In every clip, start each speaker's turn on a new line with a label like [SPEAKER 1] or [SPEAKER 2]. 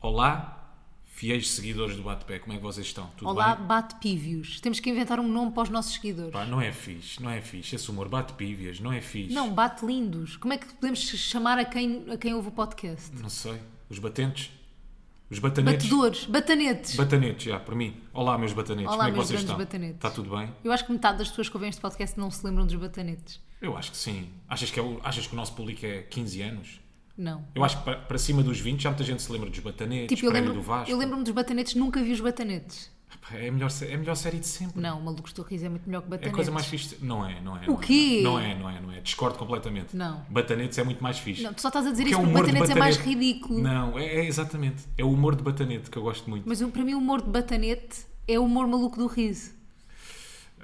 [SPEAKER 1] Olá, fiéis seguidores do Bate-Pé, como é que vocês estão? Tudo
[SPEAKER 2] Olá,
[SPEAKER 1] bem?
[SPEAKER 2] bate pívios. Temos que inventar um nome para os nossos seguidores.
[SPEAKER 1] Pá, não é fixe, não é fixe. Esse humor bate pívias, não é fixe.
[SPEAKER 2] Não, bate lindos. Como é que podemos chamar a quem, a quem ouve o podcast?
[SPEAKER 1] Não sei. Os batentes? Os batanetes?
[SPEAKER 2] Batedores, batanetes.
[SPEAKER 1] Batanetes, já, por mim. Olá, meus batanetes,
[SPEAKER 2] Olá,
[SPEAKER 1] como é que
[SPEAKER 2] meus
[SPEAKER 1] vocês
[SPEAKER 2] grandes
[SPEAKER 1] estão?
[SPEAKER 2] batanetes.
[SPEAKER 1] Está tudo bem?
[SPEAKER 2] Eu acho que metade das pessoas que ouvem este podcast não se lembram dos batanetes.
[SPEAKER 1] Eu acho que sim. Achas que, é o- achas que o nosso público é 15 anos?
[SPEAKER 2] Não.
[SPEAKER 1] Eu acho que para, para cima dos 20 já muita gente se lembra dos batanetes,
[SPEAKER 2] Tipo, eu
[SPEAKER 1] Prémio
[SPEAKER 2] lembro-
[SPEAKER 1] do Vasco.
[SPEAKER 2] eu lembro-me dos batanetes, nunca vi os batanetes.
[SPEAKER 1] Pá, É a melhor, sé- é a melhor série de sempre.
[SPEAKER 2] Não, Malucos do Riso é muito melhor que
[SPEAKER 1] É a
[SPEAKER 2] batanetes.
[SPEAKER 1] coisa mais fixe. de- Não é, não é.
[SPEAKER 2] O
[SPEAKER 1] não é,
[SPEAKER 2] quê?
[SPEAKER 1] Não é, não é, não é. Discordo completamente.
[SPEAKER 2] Não.
[SPEAKER 1] Batanetes é muito mais fixe.
[SPEAKER 2] Não, tu só estás a dizer
[SPEAKER 1] Porque
[SPEAKER 2] isto
[SPEAKER 1] é o
[SPEAKER 2] porque
[SPEAKER 1] humor de
[SPEAKER 2] batanetes é mais
[SPEAKER 1] batanete.
[SPEAKER 2] ridículo.
[SPEAKER 1] Não, é, é exatamente. É o humor de batanete que eu gosto muito.
[SPEAKER 2] Mas eu- para mim o humor de batanete é o humor maluco do riso.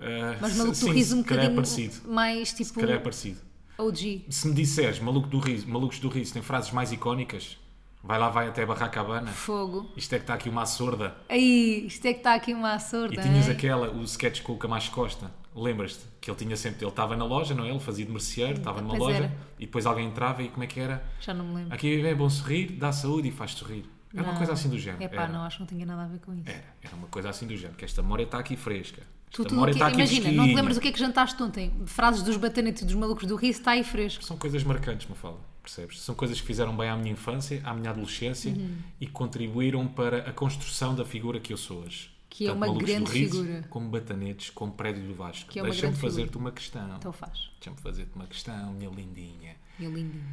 [SPEAKER 1] Ah,
[SPEAKER 2] Mas
[SPEAKER 1] se-
[SPEAKER 2] maluco
[SPEAKER 1] sim,
[SPEAKER 2] do riso um
[SPEAKER 1] se calhar
[SPEAKER 2] bocadinho
[SPEAKER 1] é parecido.
[SPEAKER 2] mais tipo
[SPEAKER 1] Se calhar é parecido.
[SPEAKER 2] OG.
[SPEAKER 1] Se me disseres maluco do riso, malucos do riso tem frases mais icónicas, vai lá, vai até Barracabana.
[SPEAKER 2] Fogo.
[SPEAKER 1] Isto é que está aqui uma sorda.
[SPEAKER 2] Aí, isto é que está aqui uma sorda.
[SPEAKER 1] E tinhas
[SPEAKER 2] hein?
[SPEAKER 1] aquela, o sketch com o Camacho Costa. Lembras-te que ele tinha sempre, ele estava na loja, não é? Ele fazia de merceeiro, estava numa
[SPEAKER 2] Pois
[SPEAKER 1] loja
[SPEAKER 2] era.
[SPEAKER 1] e depois alguém entrava e como é que era?
[SPEAKER 2] Já não me lembro.
[SPEAKER 1] Aqui vem bom sorrir, dá saúde e faz sorrir. Era uma
[SPEAKER 2] Não.
[SPEAKER 1] coisa assim do género.
[SPEAKER 2] É pá,
[SPEAKER 1] era. É,
[SPEAKER 2] não, acho que não tinha nada a ver com isso.
[SPEAKER 1] Era, era uma coisa assim do género, que esta memória está aqui fresca.
[SPEAKER 2] Tu,
[SPEAKER 1] Esta
[SPEAKER 2] tu,
[SPEAKER 1] memória
[SPEAKER 2] o que-
[SPEAKER 1] está aqui
[SPEAKER 2] imagina, não te
[SPEAKER 1] fresquinha.
[SPEAKER 2] lembras o que é que jantaste ontem? Frases dos batanetes e dos malucos do riso, está aí fresco.
[SPEAKER 1] São coisas marcantes, me fala, percebes? São coisas que fizeram bem à minha infância, à minha adolescência
[SPEAKER 2] Uhum.
[SPEAKER 1] e que contribuíram para a construção da figura que eu sou hoje.
[SPEAKER 2] Que é uma
[SPEAKER 1] Malucos do
[SPEAKER 2] grande
[SPEAKER 1] Riso,
[SPEAKER 2] figura.
[SPEAKER 1] Como Batanetes, como Prédio do Vasco.
[SPEAKER 2] Que é uma
[SPEAKER 1] Deixa-me
[SPEAKER 2] grande
[SPEAKER 1] fazer-te uma questão.
[SPEAKER 2] Então faz.
[SPEAKER 1] Deixa-me fazer-te uma questão, minha lindinha.
[SPEAKER 2] Meu lindinho.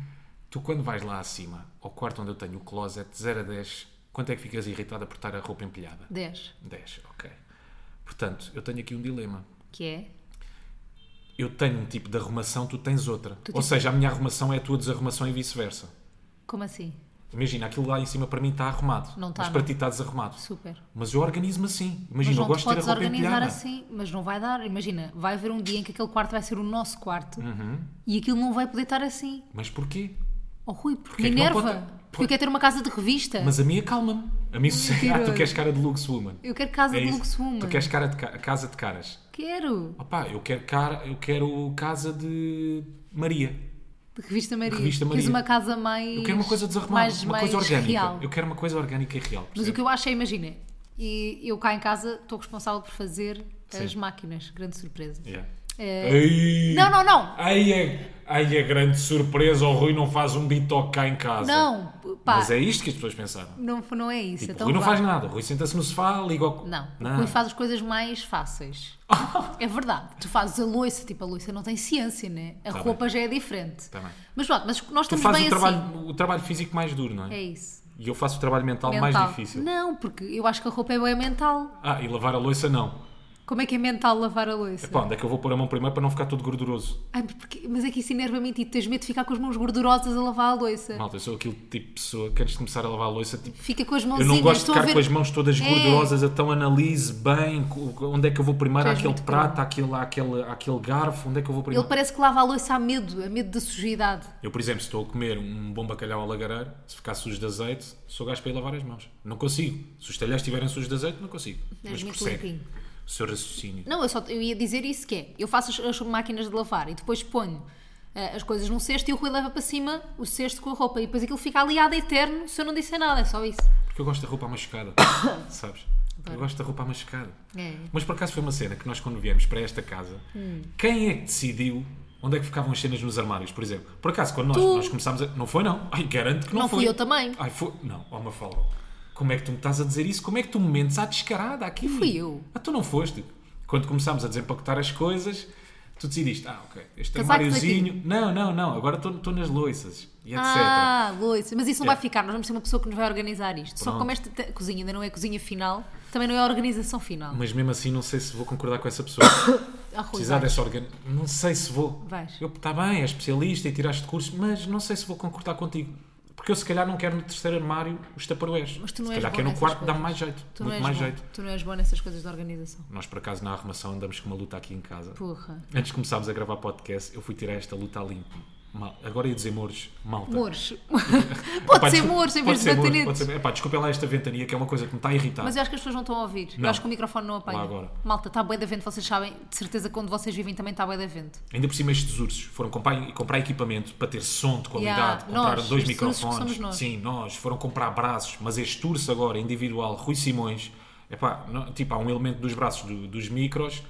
[SPEAKER 1] Tu, quando vais lá acima, ao quarto onde eu tenho o closet, 0 a 10, quanto é que ficas irritada por estar a roupa empilhada?
[SPEAKER 2] 10.
[SPEAKER 1] 10, ok. Portanto, eu tenho aqui um dilema.
[SPEAKER 2] Que é?
[SPEAKER 1] eu tenho um tipo de arrumação, tu tens outra. Ou seja, a minha arrumação é a tua desarrumação e vice-versa.
[SPEAKER 2] Como assim?
[SPEAKER 1] Imagina, aquilo lá em cima para mim está arrumado,
[SPEAKER 2] Não está,
[SPEAKER 1] mas para
[SPEAKER 2] não.
[SPEAKER 1] ti está desarrumado.
[SPEAKER 2] Super.
[SPEAKER 1] Mas eu organizo-me assim.
[SPEAKER 2] Mas
[SPEAKER 1] Imagina, eu
[SPEAKER 2] não te
[SPEAKER 1] gosto de ter a
[SPEAKER 2] podes
[SPEAKER 1] roupa
[SPEAKER 2] organizar
[SPEAKER 1] empilhada.
[SPEAKER 2] assim, mas não vai dar. Imagina, vai haver um dia em que aquele quarto vai ser o nosso quarto
[SPEAKER 1] Uhum.
[SPEAKER 2] e aquilo não vai poder estar assim.
[SPEAKER 1] Mas porquê?
[SPEAKER 2] Oh Rui, porque
[SPEAKER 1] Porquê
[SPEAKER 2] me
[SPEAKER 1] é que não
[SPEAKER 2] enerva.
[SPEAKER 1] pode-
[SPEAKER 2] Porque eu quero ter uma casa de revista.
[SPEAKER 1] Mas a minha calma-me. A mim sossega. Ah, tu
[SPEAKER 2] Mentiroso.
[SPEAKER 1] queres cara de luxo woman.
[SPEAKER 2] Eu quero casa
[SPEAKER 1] É
[SPEAKER 2] de
[SPEAKER 1] isso.
[SPEAKER 2] luxo woman.
[SPEAKER 1] Tu queres cara de ca- casa de caras.
[SPEAKER 2] Quero.
[SPEAKER 1] Opá, eu quero, cara, eu quero casa de Maria.
[SPEAKER 2] De Revista Maria.
[SPEAKER 1] Revista
[SPEAKER 2] Queres
[SPEAKER 1] Maria.
[SPEAKER 2] uma casa mais.
[SPEAKER 1] Eu quero uma coisa desarrumada,
[SPEAKER 2] mais-
[SPEAKER 1] uma
[SPEAKER 2] mais
[SPEAKER 1] coisa orgânica.
[SPEAKER 2] Real.
[SPEAKER 1] Eu quero uma coisa orgânica e real.
[SPEAKER 2] Mas o
[SPEAKER 1] percebes?
[SPEAKER 2] que eu acho é, imagina, e eu cá em casa estou responsável por fazer as máquinas. Grande surpresa.
[SPEAKER 1] Yeah.
[SPEAKER 2] É-
[SPEAKER 1] Ei!
[SPEAKER 2] Não, não, não!
[SPEAKER 1] Ai, é, ai, é grande surpresa, o Rui não faz um bitoque cá em casa.
[SPEAKER 2] Não, pá,
[SPEAKER 1] Mas é isto que as pessoas pensaram.
[SPEAKER 2] não, não é isso.
[SPEAKER 1] Tipo, o
[SPEAKER 2] então
[SPEAKER 1] Rui não
[SPEAKER 2] vá.
[SPEAKER 1] faz nada, o Rui senta-se no sofá, liga ao...
[SPEAKER 2] Não, o Rui faz as coisas mais fáceis. é verdade. Tu fazes a loiça, tipo, a loiça não tem ciência, né? A
[SPEAKER 1] Tá
[SPEAKER 2] roupa já é diferente.
[SPEAKER 1] Tá bem.
[SPEAKER 2] Mas pronto, mas nós
[SPEAKER 1] Tu
[SPEAKER 2] estamos
[SPEAKER 1] fazes
[SPEAKER 2] bem
[SPEAKER 1] o
[SPEAKER 2] assim.
[SPEAKER 1] trabalho, o trabalho físico mais duro, não é?
[SPEAKER 2] É isso.
[SPEAKER 1] E eu faço o trabalho mental, mais
[SPEAKER 2] Mental.
[SPEAKER 1] difícil.
[SPEAKER 2] Não, porque eu acho que a roupa é bem mental.
[SPEAKER 1] Ah, e lavar a louça não.
[SPEAKER 2] Como é que é mental lavar a louça?
[SPEAKER 1] Pá, onde é que eu vou pôr a mão primeiro para não ficar todo gorduroso?
[SPEAKER 2] Ai, mas porque- mas é que isso enerva-me e tens medo de ficar com as mãos gordurosas a lavar a louça.
[SPEAKER 1] Malta, eu sou aquele tipo de pessoa que antes de começar a lavar a louça, tipo,
[SPEAKER 2] Fica com as
[SPEAKER 1] eu
[SPEAKER 2] mãozinhas.
[SPEAKER 1] não gosto de
[SPEAKER 2] estou a
[SPEAKER 1] ficar
[SPEAKER 2] ver-
[SPEAKER 1] com as mãos todas
[SPEAKER 2] É.
[SPEAKER 1] gordurosas, então analise bem co- onde é que eu vou primeiro,
[SPEAKER 2] Tu és
[SPEAKER 1] àquele
[SPEAKER 2] muito
[SPEAKER 1] prato, àquele, àquele, àquele garfo, onde é que eu vou primeiro.
[SPEAKER 2] Ele parece que lava a louça a medo, a medo da sujidade.
[SPEAKER 1] Eu, por exemplo, se estou a comer um bom bacalhau ao lagareiro, se ficar sujo de azeite, sou gajo para ir lavar as mãos. Não consigo. Se os talheres estiverem sujos de azeite, não consigo.
[SPEAKER 2] És
[SPEAKER 1] Mas
[SPEAKER 2] É muito
[SPEAKER 1] persegue
[SPEAKER 2] limpinho.
[SPEAKER 1] o seu raciocínio.
[SPEAKER 2] assim. Não, eu só eu ia dizer isso que é. Eu faço as, as máquinas de lavar e depois ponho eh, as coisas num cesto e o Rui leva para cima o cesto com a roupa e depois aquilo fica aliado eterno se eu não disser nada, é só isso.
[SPEAKER 1] Porque eu gosto da roupa machucada, sabes? Eu gosto da roupa machucada.
[SPEAKER 2] É.
[SPEAKER 1] Mas por acaso foi uma cena que nós quando viemos para esta casa,
[SPEAKER 2] Hum.
[SPEAKER 1] quem é que decidiu onde é que ficavam as cenas nos armários, por exemplo? Por acaso, quando nós,
[SPEAKER 2] Tu.
[SPEAKER 1] nós começámos a... Não foi não. Ai, garanto que não,
[SPEAKER 2] Não
[SPEAKER 1] foi.
[SPEAKER 2] fui eu também.
[SPEAKER 1] Ai, foi... Não, ó uma fala. Como é que tu me estás a dizer isso? Como é que tu me mentes à descarada aqui?
[SPEAKER 2] Fui eu.
[SPEAKER 1] Ah, tu não foste. Quando começámos a desempacotar as coisas, tu decidiste, ah, ok, este
[SPEAKER 2] Casaco
[SPEAKER 1] armáriozinho... Não, não, não, agora estou- estou nas loiças e etc.
[SPEAKER 2] Ah, louça. Mas isso não
[SPEAKER 1] É.
[SPEAKER 2] vai ficar, nós vamos ter uma pessoa que nos vai organizar isto. Só
[SPEAKER 1] Pronto.
[SPEAKER 2] que como esta te- cozinha ainda não é a cozinha final, também não é a organização final.
[SPEAKER 1] Mas mesmo assim não sei se vou concordar com essa pessoa.
[SPEAKER 2] Ah, Rui,
[SPEAKER 1] precisar
[SPEAKER 2] vai.
[SPEAKER 1] dessa organ... Não sei se vou.
[SPEAKER 2] Vais.
[SPEAKER 1] Eu, está bem, é especialista e tiraste curso, mas não sei se vou concordar contigo. Porque eu, se calhar, não quero no terceiro armário os taparoés.
[SPEAKER 2] Mas tu não
[SPEAKER 1] se
[SPEAKER 2] és
[SPEAKER 1] calhar
[SPEAKER 2] bom
[SPEAKER 1] quero no
[SPEAKER 2] nessas
[SPEAKER 1] quarto, dá-me
[SPEAKER 2] coisas.
[SPEAKER 1] mais jeito.
[SPEAKER 2] Tu não,
[SPEAKER 1] muito
[SPEAKER 2] és
[SPEAKER 1] mais
[SPEAKER 2] bom.
[SPEAKER 1] jeito.
[SPEAKER 2] tu não és bom nessas coisas de organização.
[SPEAKER 1] Nós, por acaso, na arrumação andamos com uma luta aqui em casa.
[SPEAKER 2] Porra.
[SPEAKER 1] Antes de começarmos a gravar podcast, eu fui tirar esta luta a limpo. mal- Agora ia dizer Mouros. Malta.
[SPEAKER 2] Mouros. pode
[SPEAKER 1] Epá,
[SPEAKER 2] ser
[SPEAKER 1] desculpa-
[SPEAKER 2] Mouros em
[SPEAKER 1] Tá. pode
[SPEAKER 2] vez
[SPEAKER 1] ser Mouros,
[SPEAKER 2] de batonete.
[SPEAKER 1] pode ser- epá, desculpem lá esta ventania que é uma coisa que me está a irritar.
[SPEAKER 2] Mas eu acho que as pessoas não estão a ouvir.
[SPEAKER 1] Não.
[SPEAKER 2] Eu acho que o microfone não apanha.
[SPEAKER 1] Lá agora.
[SPEAKER 2] Malta, está bué da vento, vocês sabem. De certeza que onde vocês vivem também está bué da vento.
[SPEAKER 1] Ainda por cima estes ursos foram comprar, comprar equipamento para ter som de qualidade,
[SPEAKER 2] Yeah,
[SPEAKER 1] compraram
[SPEAKER 2] nós,
[SPEAKER 1] dois
[SPEAKER 2] estes ursos que
[SPEAKER 1] microfones.
[SPEAKER 2] somos nós.
[SPEAKER 1] Sim, nós foram comprar braços, mas este urso agora individual, Rui Simões, epá, não- tipo, há um elemento dos braços do- dos micros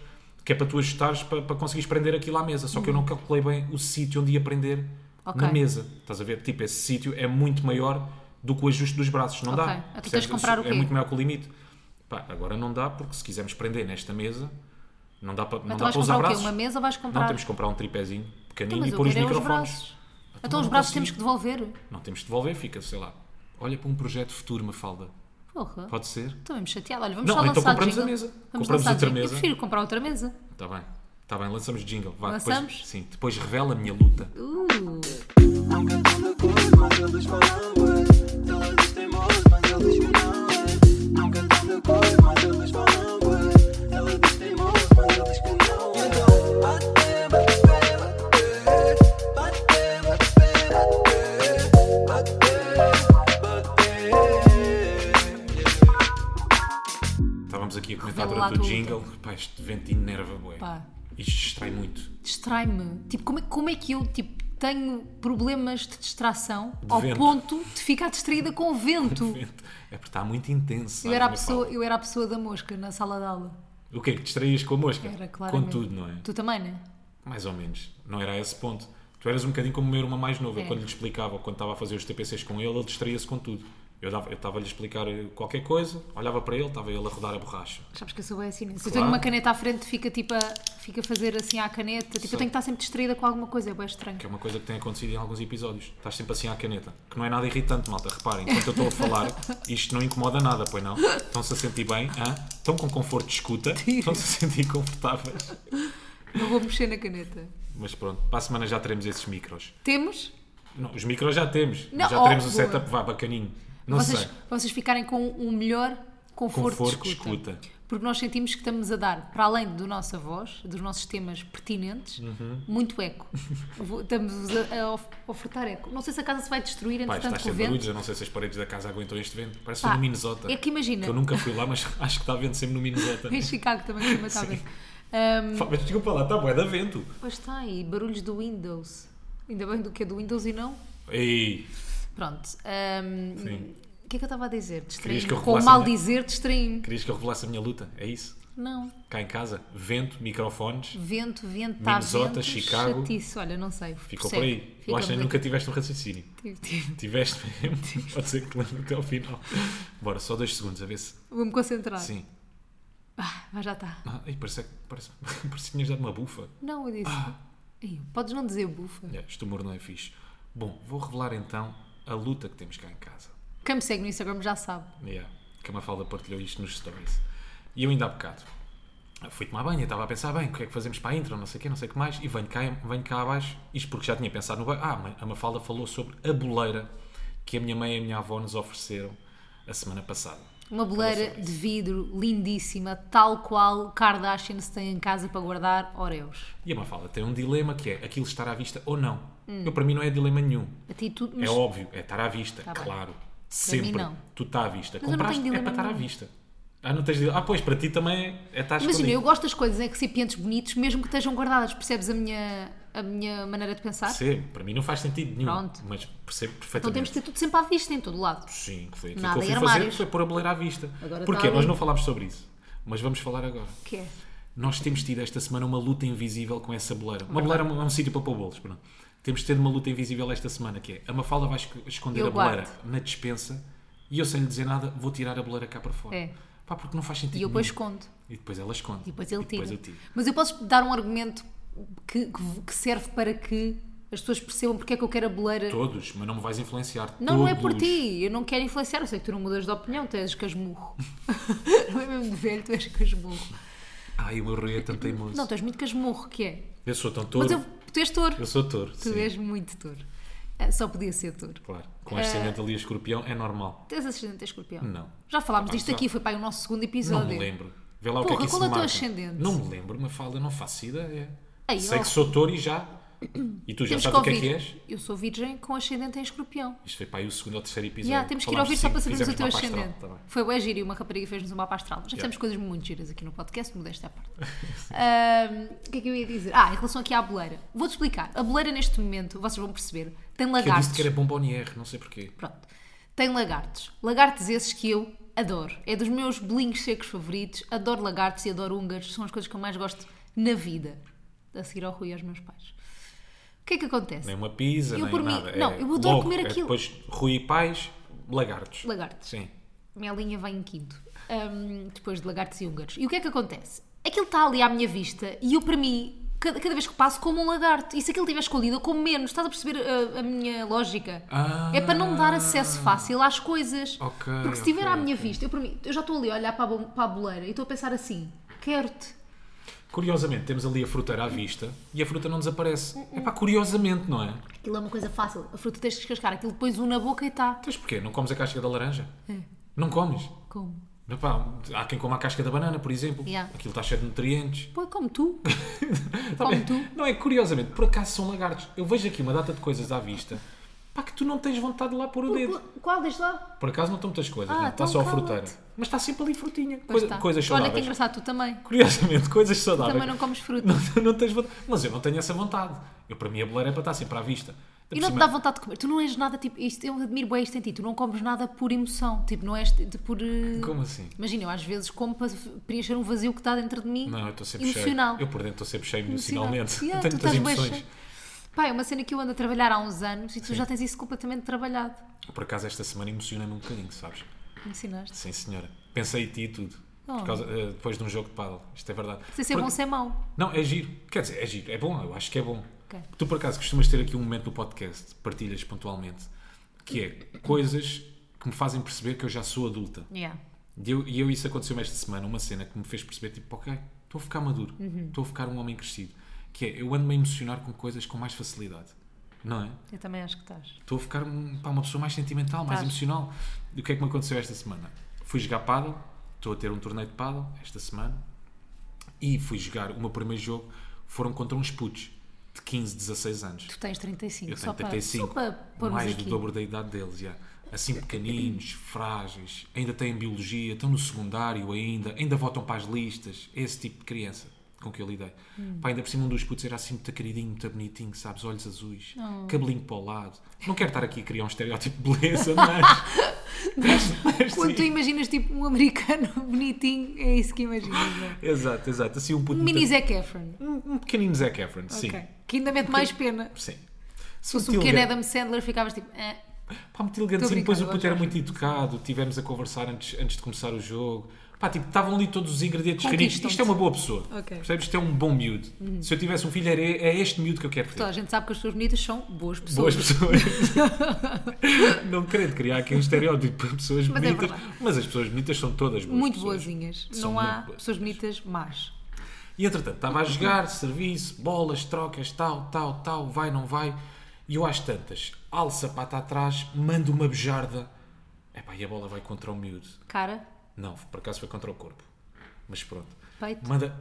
[SPEAKER 1] que é para tu ajustares para, para conseguires prender aquilo à mesa. Só que eu não calculei bem o sítio onde ia prender
[SPEAKER 2] Hum. Ok.
[SPEAKER 1] na mesa. Estás a ver? Tipo, esse sítio é muito maior do que o ajuste dos braços. Não
[SPEAKER 2] Ok.
[SPEAKER 1] dá.
[SPEAKER 2] Então tens
[SPEAKER 1] Percebes?
[SPEAKER 2] de comprar o
[SPEAKER 1] É
[SPEAKER 2] quê?
[SPEAKER 1] muito maior que o limite. Pá, agora não dá, porque se quisermos prender nesta mesa, não dá para, não
[SPEAKER 2] Mas tu
[SPEAKER 1] dá
[SPEAKER 2] Então vais
[SPEAKER 1] para usar
[SPEAKER 2] comprar o quê?
[SPEAKER 1] braços.
[SPEAKER 2] Uma mesa ou vais
[SPEAKER 1] Não
[SPEAKER 2] comprar.
[SPEAKER 1] temos que comprar um tripézinho
[SPEAKER 2] Então,
[SPEAKER 1] pequenino
[SPEAKER 2] mas
[SPEAKER 1] e
[SPEAKER 2] eu
[SPEAKER 1] pôr os
[SPEAKER 2] quero é os
[SPEAKER 1] microfones.
[SPEAKER 2] braços.
[SPEAKER 1] Então
[SPEAKER 2] Então os
[SPEAKER 1] não consigo.
[SPEAKER 2] braços temos que devolver.
[SPEAKER 1] Não temos que devolver, fica, sei lá. Olha para um projeto futuro, Mafalda.
[SPEAKER 2] Porra.
[SPEAKER 1] Pode ser?
[SPEAKER 2] Estou mesmo chateada. Olha, vamos
[SPEAKER 1] Não,
[SPEAKER 2] só
[SPEAKER 1] então
[SPEAKER 2] lançar
[SPEAKER 1] compramos a
[SPEAKER 2] jingle.
[SPEAKER 1] mesa.
[SPEAKER 2] Vamos
[SPEAKER 1] Compramos
[SPEAKER 2] lançar
[SPEAKER 1] outra
[SPEAKER 2] jingle. Eu
[SPEAKER 1] mesa.
[SPEAKER 2] prefiro comprar outra mesa.
[SPEAKER 1] Está Tá bem. Está bem, lançamos jingle. Vá, Depois,
[SPEAKER 2] Lançamos?
[SPEAKER 1] sim, depois revela a minha luta.
[SPEAKER 2] Uh.
[SPEAKER 3] Nunca estão de acordo, mas eles falam, ué. Se elas têm moço, mas eles que não, ué. Nunca estão de acordo, mas eles falam, ué. Ela diz que tem moço, mas eles que não, ué. Então, bate, bate, bate, bate. Bate, bate, bate, bate, bate.
[SPEAKER 1] Estávamos aqui a comentar
[SPEAKER 2] Revela lá
[SPEAKER 1] durante o
[SPEAKER 2] a tua
[SPEAKER 1] jingle. Pá, este vento enerva, bué.
[SPEAKER 2] Pá.
[SPEAKER 1] Isto distrai muito.
[SPEAKER 2] Distrai-me. Tipo, como é, como é que eu tipo, tenho problemas de distração
[SPEAKER 1] De
[SPEAKER 2] ao
[SPEAKER 1] vento.
[SPEAKER 2] ponto de ficar distraída com o vento?
[SPEAKER 1] Vento. É porque está muito intenso.
[SPEAKER 2] Eu
[SPEAKER 1] sabes,
[SPEAKER 2] era, a
[SPEAKER 1] Mafalda?
[SPEAKER 2] pessoa, eu era a pessoa da mosca na sala de aula.
[SPEAKER 1] O que é que te distraías com a mosca?
[SPEAKER 2] Era,
[SPEAKER 1] com
[SPEAKER 2] claramente.
[SPEAKER 1] tudo, não é?
[SPEAKER 2] Tu também, né?
[SPEAKER 1] Mais ou menos. Não era a esse ponto. Tu eras um bocadinho como o meu irmão mais novo. Eu
[SPEAKER 2] É.
[SPEAKER 1] quando lhe explicava, ou quando estava a fazer os TPCs com ele, ele distraía-se com tudo. Eu dava- eu estava-lhe a explicar eh, qualquer coisa, olhava para ele, estava ele a rodar a borracha.
[SPEAKER 2] Sabes que eu sou bem assim, né? Se
[SPEAKER 1] Claro.
[SPEAKER 2] eu tenho uma caneta à frente, fica tipo a, fica a fazer assim à caneta. Tipo, eu tenho que estar sempre distraída com alguma coisa. É bem estranho.
[SPEAKER 1] Que é uma coisa que tem acontecido em alguns episódios. Estás sempre assim à caneta. Que não é nada irritante, malta. Reparem, enquanto eu estou a falar, isto não incomoda nada, pois não? Estão-se a sentir bem? hã? Estão com conforto de escuta? Estão-se a sentir confortáveis?
[SPEAKER 2] Não vou mexer na caneta.
[SPEAKER 1] Mas pronto, para a semana já teremos esses micros.
[SPEAKER 2] Temos?
[SPEAKER 1] Não, os micros já temos.
[SPEAKER 2] Não,
[SPEAKER 1] já
[SPEAKER 2] oh,
[SPEAKER 1] teremos um
[SPEAKER 2] boa.
[SPEAKER 1] setup, vá, bacaninho. Não
[SPEAKER 2] vocês,
[SPEAKER 1] sei.
[SPEAKER 2] vocês ficarem com um melhor conforto,
[SPEAKER 1] Conforto
[SPEAKER 2] de
[SPEAKER 1] de
[SPEAKER 2] escuta.
[SPEAKER 1] escuta.
[SPEAKER 2] Porque nós sentimos que estamos a dar, para além da nossa voz, dos nossos temas pertinentes,
[SPEAKER 1] Uhum.
[SPEAKER 2] muito eco. Vou- Estamos-vos a, a of- ofertar eco. Não sei se a casa se vai destruir,
[SPEAKER 1] Pá, isto está
[SPEAKER 2] entretanto, com o
[SPEAKER 1] cheio de
[SPEAKER 2] vento.
[SPEAKER 1] barulhos, eu não sei se as paredes da casa aguentam este vento. Parece
[SPEAKER 2] Pá,
[SPEAKER 1] um Minnesota.
[SPEAKER 2] é que imagina.
[SPEAKER 1] eu nunca fui lá, mas acho que está vento sempre no Minnesota.
[SPEAKER 2] Em Chicago também costuma estar
[SPEAKER 1] Sim.
[SPEAKER 2] bem. Ahm,
[SPEAKER 1] Pá, mas desculpa lá, está bué da vento.
[SPEAKER 2] pois está, e barulhos do Windows. Ainda bem do que é do Windows e não.
[SPEAKER 1] Ei,
[SPEAKER 2] Pronto. ahm,
[SPEAKER 1] Sim.
[SPEAKER 2] o que é que eu estava a dizer?
[SPEAKER 1] Querias
[SPEAKER 2] Distraí-me.
[SPEAKER 1] que eu
[SPEAKER 2] Com o
[SPEAKER 1] revelasse a
[SPEAKER 2] mal
[SPEAKER 1] minha-
[SPEAKER 2] dizer, distraí-me.
[SPEAKER 1] querias que eu revelasse a minha luta? É isso?
[SPEAKER 2] Não.
[SPEAKER 1] Cá em casa, vento, microfones,
[SPEAKER 2] Vento, vento, está
[SPEAKER 1] Minnesota,
[SPEAKER 2] vento,
[SPEAKER 1] Chicago.
[SPEAKER 2] chatice, olha, não sei.
[SPEAKER 1] ficou por
[SPEAKER 2] Segue.
[SPEAKER 1] aí. eu acho que
[SPEAKER 2] Ficamos
[SPEAKER 1] nunca tiveste um raciocínio.
[SPEAKER 2] aqui. Tive- tive.
[SPEAKER 1] Tiveste mesmo, pode ser que lembro até ao final. Bora, só dois segundos, a ver se.
[SPEAKER 2] Vou-me concentrar.
[SPEAKER 1] Sim.
[SPEAKER 2] Ah, mas já está.
[SPEAKER 1] Ah, ei, parece, parece, parece que tinhas dado uma bufa.
[SPEAKER 2] Não, eu disse.
[SPEAKER 1] Ah.
[SPEAKER 2] Ei, podes não dizer bufa.
[SPEAKER 1] É, Este humor não é fixe. Bom, vou revelar então a luta que temos cá em casa.
[SPEAKER 2] Quem me segue no Instagram já sabe.
[SPEAKER 1] Yeah. Que a Mafalda partilhou isto nos stories. E eu ainda há bocado fui tomar banho, eu estava a pensar bem, o que é que fazemos para a intro, não sei o quê, não sei o que mais, e venho cá, venho cá abaixo, isto porque já tinha pensado no banho. Ah, ma- a Mafalda falou sobre a boleira que a minha mãe e a minha avó nos ofereceram a semana passada.
[SPEAKER 2] Uma boleira de vidro lindíssima, tal qual Kardashian se tem em casa para guardar Oreos.
[SPEAKER 1] E a Mafalda tem um dilema que é aquilo estar à vista ou não. Eu, para mim não é dilema nenhum.
[SPEAKER 2] A ti tudo, Hum. mas
[SPEAKER 1] É óbvio, é estar à vista,
[SPEAKER 2] Tá bem.
[SPEAKER 1] claro. Sempre
[SPEAKER 2] não.
[SPEAKER 1] tu está à vista.
[SPEAKER 2] eu não
[SPEAKER 1] Compraste
[SPEAKER 2] tenho
[SPEAKER 1] é para
[SPEAKER 2] dilema
[SPEAKER 1] estar à
[SPEAKER 2] nenhum.
[SPEAKER 1] vista. Ah, não tens dilema. Ah, pois, para ti também é estar
[SPEAKER 2] imagina, eu
[SPEAKER 1] escondido.
[SPEAKER 2] gosto das coisas em recipientes bonitos, mesmo que estejam guardadas. Percebes a minha, a minha maneira de pensar?
[SPEAKER 1] Percebo, para mim não faz sentido nenhum.
[SPEAKER 2] Pronto.
[SPEAKER 1] Mas percebo
[SPEAKER 2] Então temos
[SPEAKER 1] perfeitamente.
[SPEAKER 2] que ter tudo sempre à vista, em todo lado.
[SPEAKER 1] Sim, que foi aquilo
[SPEAKER 2] Nada
[SPEAKER 1] que eu
[SPEAKER 2] em
[SPEAKER 1] fui fazer,
[SPEAKER 2] armários.
[SPEAKER 1] foi pôr a boleira à vista.
[SPEAKER 2] Agora
[SPEAKER 1] Porquê?
[SPEAKER 2] está
[SPEAKER 1] Nós
[SPEAKER 2] ali.
[SPEAKER 1] não falámos sobre isso. Mas vamos falar agora.
[SPEAKER 2] O que é?
[SPEAKER 1] Nós temos tido esta semana uma luta invisível com essa boleira. Uma boleira é um, é um sítio para pôr bolos, pronto. Temos tido uma luta invisível esta semana, que é a Mafalda vai esc- esconder
[SPEAKER 2] Eu
[SPEAKER 1] a boleira
[SPEAKER 2] guardo.
[SPEAKER 1] na despensa e eu, sem lhe dizer nada, vou tirar a boleira cá para fora.
[SPEAKER 2] É.
[SPEAKER 1] Pá, porque não faz sentido
[SPEAKER 2] E eu depois
[SPEAKER 1] nenhum.
[SPEAKER 2] escondo.
[SPEAKER 1] E depois ela esconde.
[SPEAKER 2] E depois ele tira.
[SPEAKER 1] eu tiro.
[SPEAKER 2] Tipo, Mas eu posso dar um argumento que, que- que serve para que as pessoas percebam porque é que eu quero a boleira.
[SPEAKER 1] Todos, mas não me vais influenciar.
[SPEAKER 2] Não, não é por
[SPEAKER 1] Todos.
[SPEAKER 2] ti. Eu não quero influenciar. Eu sei que tu não mudas de opinião, tu és casmurro. não é mesmo de velho, tu és casmurro.
[SPEAKER 1] Ai, o meu rei é tão teimoso.
[SPEAKER 2] Não, tu és muito casmurro, que é.
[SPEAKER 1] Eu sou tão touro.
[SPEAKER 2] Mas eu,
[SPEAKER 1] eu...
[SPEAKER 2] tu és touro.
[SPEAKER 1] sou touro.
[SPEAKER 2] tu
[SPEAKER 1] sim.
[SPEAKER 2] és muito touro. Ah, Só podia ser touro.
[SPEAKER 1] Claro. Com
[SPEAKER 2] Ah.
[SPEAKER 1] ascendente ali a escorpião é normal.
[SPEAKER 2] Tens ascendente em escorpião?
[SPEAKER 1] Não.
[SPEAKER 2] Já falámos
[SPEAKER 1] Ah,
[SPEAKER 2] disto
[SPEAKER 1] não.
[SPEAKER 2] aqui, foi para o nosso segundo
[SPEAKER 1] Não
[SPEAKER 2] episódio.
[SPEAKER 1] me lembro. Vê lá o que é
[SPEAKER 2] Porra,
[SPEAKER 1] que isso
[SPEAKER 2] qual é o teu
[SPEAKER 1] marca.
[SPEAKER 2] ascendente?
[SPEAKER 1] Não me lembro, uma fala, não faço ideia.
[SPEAKER 2] Ei,
[SPEAKER 1] Sei
[SPEAKER 2] ó.
[SPEAKER 1] que sou touro e já E tu já
[SPEAKER 2] Temos
[SPEAKER 1] sabes o que é que és?
[SPEAKER 2] Eu sou virgem com ascendente em escorpião.
[SPEAKER 1] Isto foi para aí o segundo ou terceiro episódio.
[SPEAKER 2] Yeah, temos que ir
[SPEAKER 1] Falámos
[SPEAKER 2] ouvir só
[SPEAKER 1] de
[SPEAKER 2] para
[SPEAKER 1] cinco,
[SPEAKER 2] sabermos o teu
[SPEAKER 1] fizemos mapa astral,
[SPEAKER 2] ascendente.
[SPEAKER 1] tá bem.
[SPEAKER 2] Foi o giro e uma rapariga fizemos um mapa astral. Já fizemos
[SPEAKER 1] Yeah.
[SPEAKER 2] coisas muito giras aqui no podcast, modéstia à parte. Ahm, O que é que eu ia dizer? Ah, em relação aqui à boleira. Vou-te explicar. A boleira neste momento, vocês vão perceber, tem
[SPEAKER 1] Que eu disse que
[SPEAKER 2] lagartos.
[SPEAKER 1] era bombonier, não sei porquê.
[SPEAKER 2] Pronto. Tem lagartos. Lagartos esses que eu adoro. É dos meus bolinhos secos favoritos. Adoro lagartos e adoro húngaros. São as coisas que eu mais gosto na vida. A seguir ao Rui e aos meus pais. O que é que acontece?
[SPEAKER 1] Nem uma pizza,
[SPEAKER 2] Eu
[SPEAKER 1] nem
[SPEAKER 2] por mim-
[SPEAKER 1] nada.
[SPEAKER 2] não, eu adoro
[SPEAKER 1] logo,
[SPEAKER 2] comer
[SPEAKER 1] é
[SPEAKER 2] aquilo.
[SPEAKER 1] Depois Rui e Pais, lagartos.
[SPEAKER 2] Lagartos.
[SPEAKER 1] Sim.
[SPEAKER 2] Minha linha vai em quinto. Hum, depois de lagartos e húngaros. E o que é que acontece? Aquilo está ali à minha vista e eu, para mim, cada, cada vez que passo, como um lagarto. E se aquilo estiver escondido, eu como menos. Estás a perceber uh, a, minha lógica?
[SPEAKER 1] Ah.
[SPEAKER 2] é para não me dar acesso fácil às coisas.
[SPEAKER 1] Ok,
[SPEAKER 2] Porque se estiver
[SPEAKER 1] ok,
[SPEAKER 2] à minha
[SPEAKER 1] ok.
[SPEAKER 2] vista, eu, para mim, eu já estou ali a olhar para a, bo- para a boleira e estou a pensar assim: quero-te.
[SPEAKER 1] Curiosamente, temos ali a fruteira à vista e a fruta não desaparece.
[SPEAKER 2] Uh-uh.
[SPEAKER 1] É pá, curiosamente, não é?
[SPEAKER 2] Aquilo é uma coisa fácil. A fruta tens de descascar. Aquilo pões um na boca e está.
[SPEAKER 1] Mas porquê? Não comes a casca da laranja? Não comes?
[SPEAKER 2] Como?
[SPEAKER 1] Epá, há quem coma a casca da banana, por exemplo.
[SPEAKER 2] Yeah.
[SPEAKER 1] Aquilo está cheio de nutrientes.
[SPEAKER 2] Pô, como tu.
[SPEAKER 1] Tá
[SPEAKER 2] Como
[SPEAKER 1] bem?
[SPEAKER 2] tu.
[SPEAKER 1] Não é? Curiosamente, por acaso são lagartos. Eu vejo aqui uma data de coisas à vista. Pá, que tu não tens vontade de lá pôr o dedo.
[SPEAKER 2] Qual? Deixa lá.
[SPEAKER 1] Por acaso não estão muitas coisas, né?
[SPEAKER 2] Ah,
[SPEAKER 1] não. está
[SPEAKER 2] então
[SPEAKER 1] só a
[SPEAKER 2] cala-te.
[SPEAKER 1] fruteira. Mas está sempre ali frutinha.
[SPEAKER 2] Pois
[SPEAKER 1] Coisa,
[SPEAKER 2] tá.
[SPEAKER 1] Coisas
[SPEAKER 2] Olha que
[SPEAKER 1] saudáveis.
[SPEAKER 2] engraçado, tu também.
[SPEAKER 1] Curiosamente, coisas saudáveis.
[SPEAKER 2] Também não comes fruta.
[SPEAKER 1] Não, não tens vontade. Mas eu não tenho essa vontade. Eu, para mim, a boleira é para estar sempre à vista.
[SPEAKER 2] E não te dá vontade de comer. Tu não és nada tipo. Isto, eu admiro bem isto em ti. Tu não comes nada por emoção. Tipo, não és de- de- por. eh,
[SPEAKER 1] Como assim?
[SPEAKER 2] Imagina, eu às vezes como para preencher um vazio que está dentro de mim.
[SPEAKER 1] Não, eu estou sempre
[SPEAKER 2] emocional.
[SPEAKER 1] cheio. Eu por dentro estou sempre cheio
[SPEAKER 2] Emocional.
[SPEAKER 1] emocionalmente.
[SPEAKER 2] Yeah,
[SPEAKER 1] tenho
[SPEAKER 2] tu
[SPEAKER 1] muitas
[SPEAKER 2] estás bué
[SPEAKER 1] emoções.
[SPEAKER 2] cheio. Pá, é uma cena que eu ando a trabalhar há uns anos e tu já tens isso completamente trabalhado.
[SPEAKER 1] Por acaso, esta semana emocionei-me um bocadinho, sabes?
[SPEAKER 2] Me ensinaste.
[SPEAKER 1] Sim, senhora. Pensei em ti e tudo. Por
[SPEAKER 2] Oh.
[SPEAKER 1] causa- eh, depois de um jogo de paddle. Isto é verdade.
[SPEAKER 2] Sem ser
[SPEAKER 1] Por-
[SPEAKER 2] bom, sem mau.
[SPEAKER 1] Não, é giro. Quer dizer, é giro. É bom, eu acho que é bom.
[SPEAKER 2] Ok.
[SPEAKER 1] Tu, por acaso, costumas ter aqui um momento no podcast, partilhas pontualmente, que é coisas que me fazem perceber que eu já sou adulta.
[SPEAKER 2] Yeah.
[SPEAKER 1] E eu, e eu isso aconteceu-me esta semana, uma cena que me fez perceber, tipo, ok, estou a ficar maduro,
[SPEAKER 2] Uhum.
[SPEAKER 1] estou a ficar um homem crescido. Que é, eu ando-me a emocionar com coisas com mais facilidade, não é?
[SPEAKER 2] Eu também acho que estás.
[SPEAKER 1] Estou a ficar um- pá, uma pessoa mais sentimental, mais
[SPEAKER 2] Estás.
[SPEAKER 1] emocional. E o que é que me aconteceu esta semana? Fui jogar paddle, estou a ter um torneio de paddle esta semana, e fui jogar o meu primeiro jogo, foram contra uns putos de 15, 16 anos.
[SPEAKER 2] Tu tens 35.
[SPEAKER 1] Eu
[SPEAKER 2] só
[SPEAKER 1] tenho 35,
[SPEAKER 2] Para, só para pormos
[SPEAKER 1] mais
[SPEAKER 2] aqui.
[SPEAKER 1] do dobro da idade deles, já. Assim pequeninos, frágeis, ainda têm biologia, estão no secundário ainda, ainda votam para as listas. Esse tipo de criança com que eu lidei.
[SPEAKER 2] Hum.
[SPEAKER 1] Pá, ainda por cima um dos putos era assim muito queridinho, muito bonitinho, sabes? Olhos azuis,
[SPEAKER 2] Oh.
[SPEAKER 1] cabelinho para o lado. Não quero estar aqui a criar um estereótipo de beleza, mas... mas
[SPEAKER 2] Quando tu
[SPEAKER 1] sim.
[SPEAKER 2] imaginas tipo um americano bonitinho, é isso que imaginas. não é?
[SPEAKER 1] Exato, exato. Assim um puto...
[SPEAKER 2] Um mini
[SPEAKER 1] muito-
[SPEAKER 2] Zac Efron.
[SPEAKER 1] Um, um pequenino Zac Efron, sim.
[SPEAKER 2] Ok. Que ainda mete mais pena.
[SPEAKER 1] Sim.
[SPEAKER 2] Se fosse um
[SPEAKER 1] Sutil,
[SPEAKER 2] pequeno
[SPEAKER 1] é.
[SPEAKER 2] Adam Sandler, ficavas tipo. "Eh."
[SPEAKER 1] Pá, muito
[SPEAKER 2] Tô
[SPEAKER 1] elegantezinho, depois o
[SPEAKER 2] brincando,
[SPEAKER 1] puto era
[SPEAKER 2] gosto,
[SPEAKER 1] muito educado, tivemos a conversar antes, antes de começar o jogo. Pá, tipo, estavam ali todos os ingredientes reunidos. Isto é uma boa pessoa.
[SPEAKER 2] Ok. Uhum.
[SPEAKER 1] Percebes? Isto é um bom miúdo. Se eu tivesse um filho, era, é este miúdo que eu quero ter.
[SPEAKER 2] Toda a gente sabe que as pessoas bonitas são boas pessoas.
[SPEAKER 1] Boas pessoas. não querendo criar aqui um estereótipo para pessoas
[SPEAKER 2] Mas é
[SPEAKER 1] bonitas,
[SPEAKER 2] verdade.
[SPEAKER 1] mas as pessoas bonitas são todas boas.
[SPEAKER 2] muito
[SPEAKER 1] pessoas.
[SPEAKER 2] boazinhas.
[SPEAKER 1] São
[SPEAKER 2] não há
[SPEAKER 1] muito boas
[SPEAKER 2] pessoas bonitas más.
[SPEAKER 1] E entretanto, estava a jogar, serviço, bolas, trocas, tal, tal, tal, vai, não vai. E eu às tantas, alça pata atrás, mando uma bejarda. Epá, e a bola vai contra o miúdo.
[SPEAKER 2] Cara,
[SPEAKER 1] Não, por acaso foi contra o corpo. Mas pronto.
[SPEAKER 2] Peito?
[SPEAKER 1] Manda.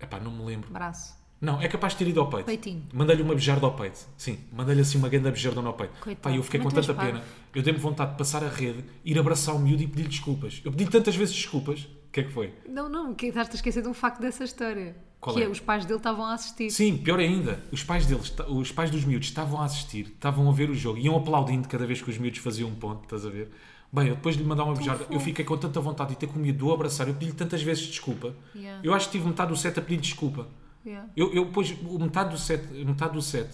[SPEAKER 1] Epá, não me lembro.
[SPEAKER 2] braço.
[SPEAKER 1] Não, é capaz de ter ido ao peito.
[SPEAKER 2] Peitinho.
[SPEAKER 1] Mandei-lhe uma bejarda ao peito. Sim, mandei-lhe assim uma grande bejardona ao peito.
[SPEAKER 2] Coitado.
[SPEAKER 1] Pá, eu fiquei
[SPEAKER 2] Mas
[SPEAKER 1] com
[SPEAKER 2] tu és
[SPEAKER 1] tanta
[SPEAKER 2] parvo.
[SPEAKER 1] pena. Eu dei-me vontade de passar a rede, ir abraçar o miúdo e pedir-lhe desculpas. Eu pedi tantas vezes desculpas. O que é que foi?
[SPEAKER 2] Não, não, que estás a esquecer de um facto dessa história.
[SPEAKER 1] Qual
[SPEAKER 2] que
[SPEAKER 1] é?
[SPEAKER 2] é? os pais dele estavam a assistir.
[SPEAKER 1] Sim, pior ainda, os pais deles, ta- os pais dos miúdos estavam a assistir, estavam a ver o jogo, iam aplaudindo cada vez que os miúdos faziam um ponto, estás a ver? Bem, eu depois de lhe mandar uma beijada, eu
[SPEAKER 2] fofo.
[SPEAKER 1] fiquei com tanta vontade de ter comido do abraçar, eu pedi-lhe tantas vezes desculpa.
[SPEAKER 2] Yeah.
[SPEAKER 1] Eu acho que tive metade do set a pedir desculpa.
[SPEAKER 2] Yeah.
[SPEAKER 1] Eu, eu pus o metade do set, metade do set,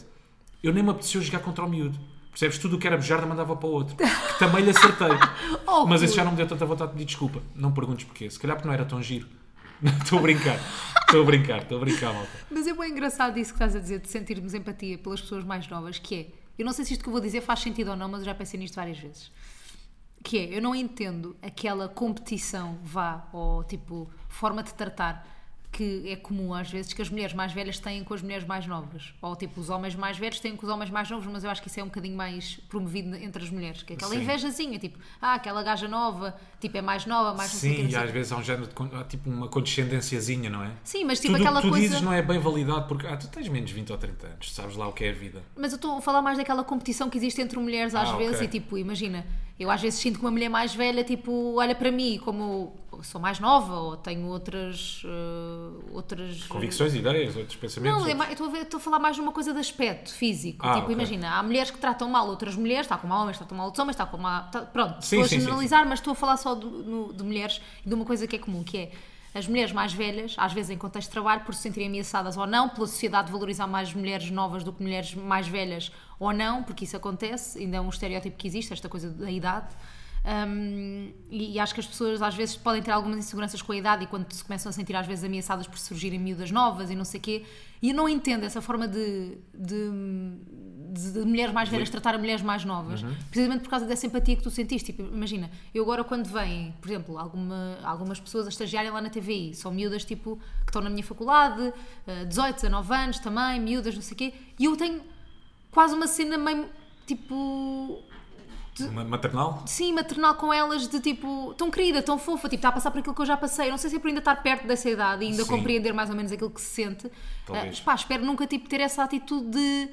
[SPEAKER 1] eu nem me apeteceu jogar contra o miúdo. Percebes? Tudo o que era bejarda mandava para o outro. Que também lhe acertei.
[SPEAKER 2] Oh,
[SPEAKER 1] Mas
[SPEAKER 2] Rui.
[SPEAKER 1] esse já não me deu tanta vontade de pedir desculpa. Não perguntes porquê. Se calhar porque não era tão giro. Estou a brincar. Estou a brincar, estou a brincar, malta.
[SPEAKER 2] Mas é bem engraçado isso que estás a dizer, de sentirmos empatia pelas pessoas mais novas, que é, eu não sei se isto que eu vou dizer faz sentido ou não, mas eu já pensei nisto várias vezes. Que é, eu não entendo aquela competição, vá, ou tipo, forma de tratar, que que é comum às vezes que as mulheres mais velhas têm com as mulheres mais novas. Ou tipo, os homens mais velhos têm com os homens mais novos, mas eu acho que isso é um bocadinho mais promovido entre as mulheres. Que é aquela
[SPEAKER 1] Sim.
[SPEAKER 2] invejazinha, tipo, ah, aquela gaja nova, tipo, é mais nova, mais não sei o quê,
[SPEAKER 1] Sim,
[SPEAKER 2] não
[SPEAKER 1] e
[SPEAKER 2] sei o
[SPEAKER 1] às vezes há um género de con- há, tipo uma condescendênciazinha, não é?
[SPEAKER 2] Sim, mas tipo
[SPEAKER 1] Tudo o
[SPEAKER 2] aquela
[SPEAKER 1] que tu
[SPEAKER 2] coisa.
[SPEAKER 1] dizes não é bem validado porque ah, tu tens menos 20 ou 30 anos, sabes lá o que é a vida.
[SPEAKER 2] Mas eu estou a falar mais daquela competição que existe entre mulheres às
[SPEAKER 1] Ah,
[SPEAKER 2] vezes
[SPEAKER 1] ok.
[SPEAKER 2] e tipo, imagina, eu às vezes sinto que uma mulher mais velha tipo, olha para mim como eu sou mais nova ou tenho outras. eh, outras
[SPEAKER 1] Convicções, ideias, outros pensamentos.
[SPEAKER 2] Não, é
[SPEAKER 1] outros-
[SPEAKER 2] mais- eu estou a ver- estou a falar mais de uma coisa de aspecto físico.
[SPEAKER 1] Ah,
[SPEAKER 2] tipo,
[SPEAKER 1] ok.
[SPEAKER 2] imagina, há mulheres que tratam mal outras mulheres, está com mal homens, tratam mal outros homens, está com mal. tá- pronto,
[SPEAKER 1] Sim,
[SPEAKER 2] estou a
[SPEAKER 1] sim, sim,
[SPEAKER 2] generalizar, mas estou a falar só do- no- de mulheres e de uma coisa que é comum, que é as mulheres mais velhas, às vezes em contexto de trabalho, por se sentirem ameaçadas ou não, pela sociedade valorizar mais mulheres novas do que mulheres mais velhas ou não, porque isso acontece, ainda é um estereótipo que existe, esta coisa da idade. Hum, e, e acho que as pessoas às vezes podem ter algumas inseguranças com a idade e quando se começam a sentir às vezes ameaçadas por surgirem miúdas novas e não sei quê. E eu não entendo essa forma de, de, de- de mulheres mais velhas tratar mulheres mais novas, precisamente por causa dessa empatia que tu sentiste. Tipo, imagina, eu agora quando vêm, por exemplo, alguma, algumas pessoas a estagiarem lá na TVI, são miúdas tipo que estão na minha faculdade, eh, 18, 19 anos também, miúdas, não sei o quê, e eu tenho quase uma cena meio tipo
[SPEAKER 1] Ma- Maternal?
[SPEAKER 2] sim, maternal com elas, de tipo, tão querida, tão fofa, tipo, está a passar por aquilo que eu já passei. Eu não sei se é por ainda estar perto dessa idade e ainda
[SPEAKER 1] Sim.
[SPEAKER 2] compreender mais ou menos aquilo que se sente.
[SPEAKER 1] Talvez.
[SPEAKER 2] Ah, pá, espero nunca tipo, ter essa atitude de.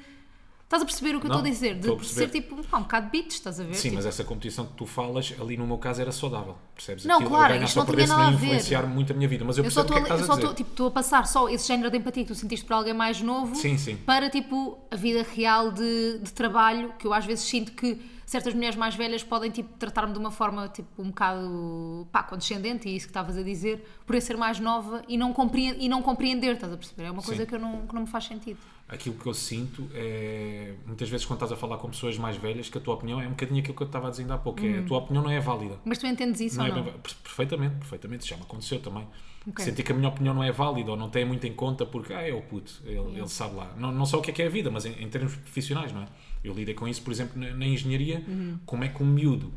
[SPEAKER 2] Estás a perceber o que eu
[SPEAKER 1] Não,
[SPEAKER 2] estou a dizer? De
[SPEAKER 1] estou a
[SPEAKER 2] ser
[SPEAKER 1] perceber.
[SPEAKER 2] tipo pá, um bocado bitch, estás a ver?
[SPEAKER 1] Sim,
[SPEAKER 2] Tipo,
[SPEAKER 1] mas essa competição que tu falas, ali no meu caso era saudável, percebes?
[SPEAKER 2] Não, claro,
[SPEAKER 1] eu ganhar
[SPEAKER 2] isto
[SPEAKER 1] só
[SPEAKER 2] não
[SPEAKER 1] por
[SPEAKER 2] tinha
[SPEAKER 1] esse
[SPEAKER 2] nada
[SPEAKER 1] nem
[SPEAKER 2] a ver.
[SPEAKER 1] influenciar muito a minha vida, mas eu
[SPEAKER 2] Eu só
[SPEAKER 1] percebo o que é que estás a
[SPEAKER 2] estou
[SPEAKER 1] dizer.
[SPEAKER 2] tipo, estou a passar só esse género de empatia que tu sentiste por alguém mais novo
[SPEAKER 1] Sim, sim.
[SPEAKER 2] para tipo a vida real de, de trabalho, que eu às vezes sinto que certas mulheres mais velhas podem tipo, tratar-me de uma forma tipo, um bocado pá, condescendente, e é isso que estavas a dizer, por eu ser mais nova e não, compreender, e não compreender, estás a perceber? É uma coisa
[SPEAKER 1] Sim.
[SPEAKER 2] que, eu não, que não me faz sentido.
[SPEAKER 1] Aquilo que eu sinto é, muitas vezes quando estás a falar com pessoas mais velhas, que a tua opinião é um bocadinho aquilo que eu te estava a dizer ainda há pouco, é, a
[SPEAKER 2] Uhum.
[SPEAKER 1] tua opinião não é válida.
[SPEAKER 2] Mas tu entendes isso
[SPEAKER 1] Não
[SPEAKER 2] ou
[SPEAKER 1] é
[SPEAKER 2] não?
[SPEAKER 1] bem- per- perfeitamente, perfeitamente, já me aconteceu também.
[SPEAKER 2] Ok.
[SPEAKER 1] Sentir que a minha opinião não é válida ou não tem muito em conta porque, ah, é o puto, ele, ele sabe lá. Não, não só o que é que é a vida, mas em, em termos profissionais, não é? Eu lidei com isso, por exemplo, na, na engenharia,
[SPEAKER 2] Uhum.
[SPEAKER 1] como é que um miúdo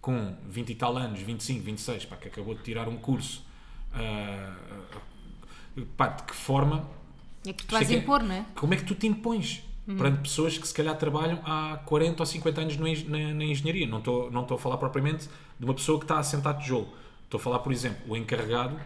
[SPEAKER 1] com 20 e tal anos, 25, 26, pá, que acabou de tirar um curso, ah, ah, pá, de que forma
[SPEAKER 2] É que
[SPEAKER 1] isto
[SPEAKER 2] tu
[SPEAKER 1] é
[SPEAKER 2] vais
[SPEAKER 1] que é-
[SPEAKER 2] impor, não é? Hum.
[SPEAKER 1] Como é que tu te impões perante pessoas que se calhar trabalham há 40 ou 50 anos no eng- na, na engenharia? Não estou não estou a falar propriamente de uma pessoa que está a sentar tijolo. Estou a falar, por exemplo, o encarregado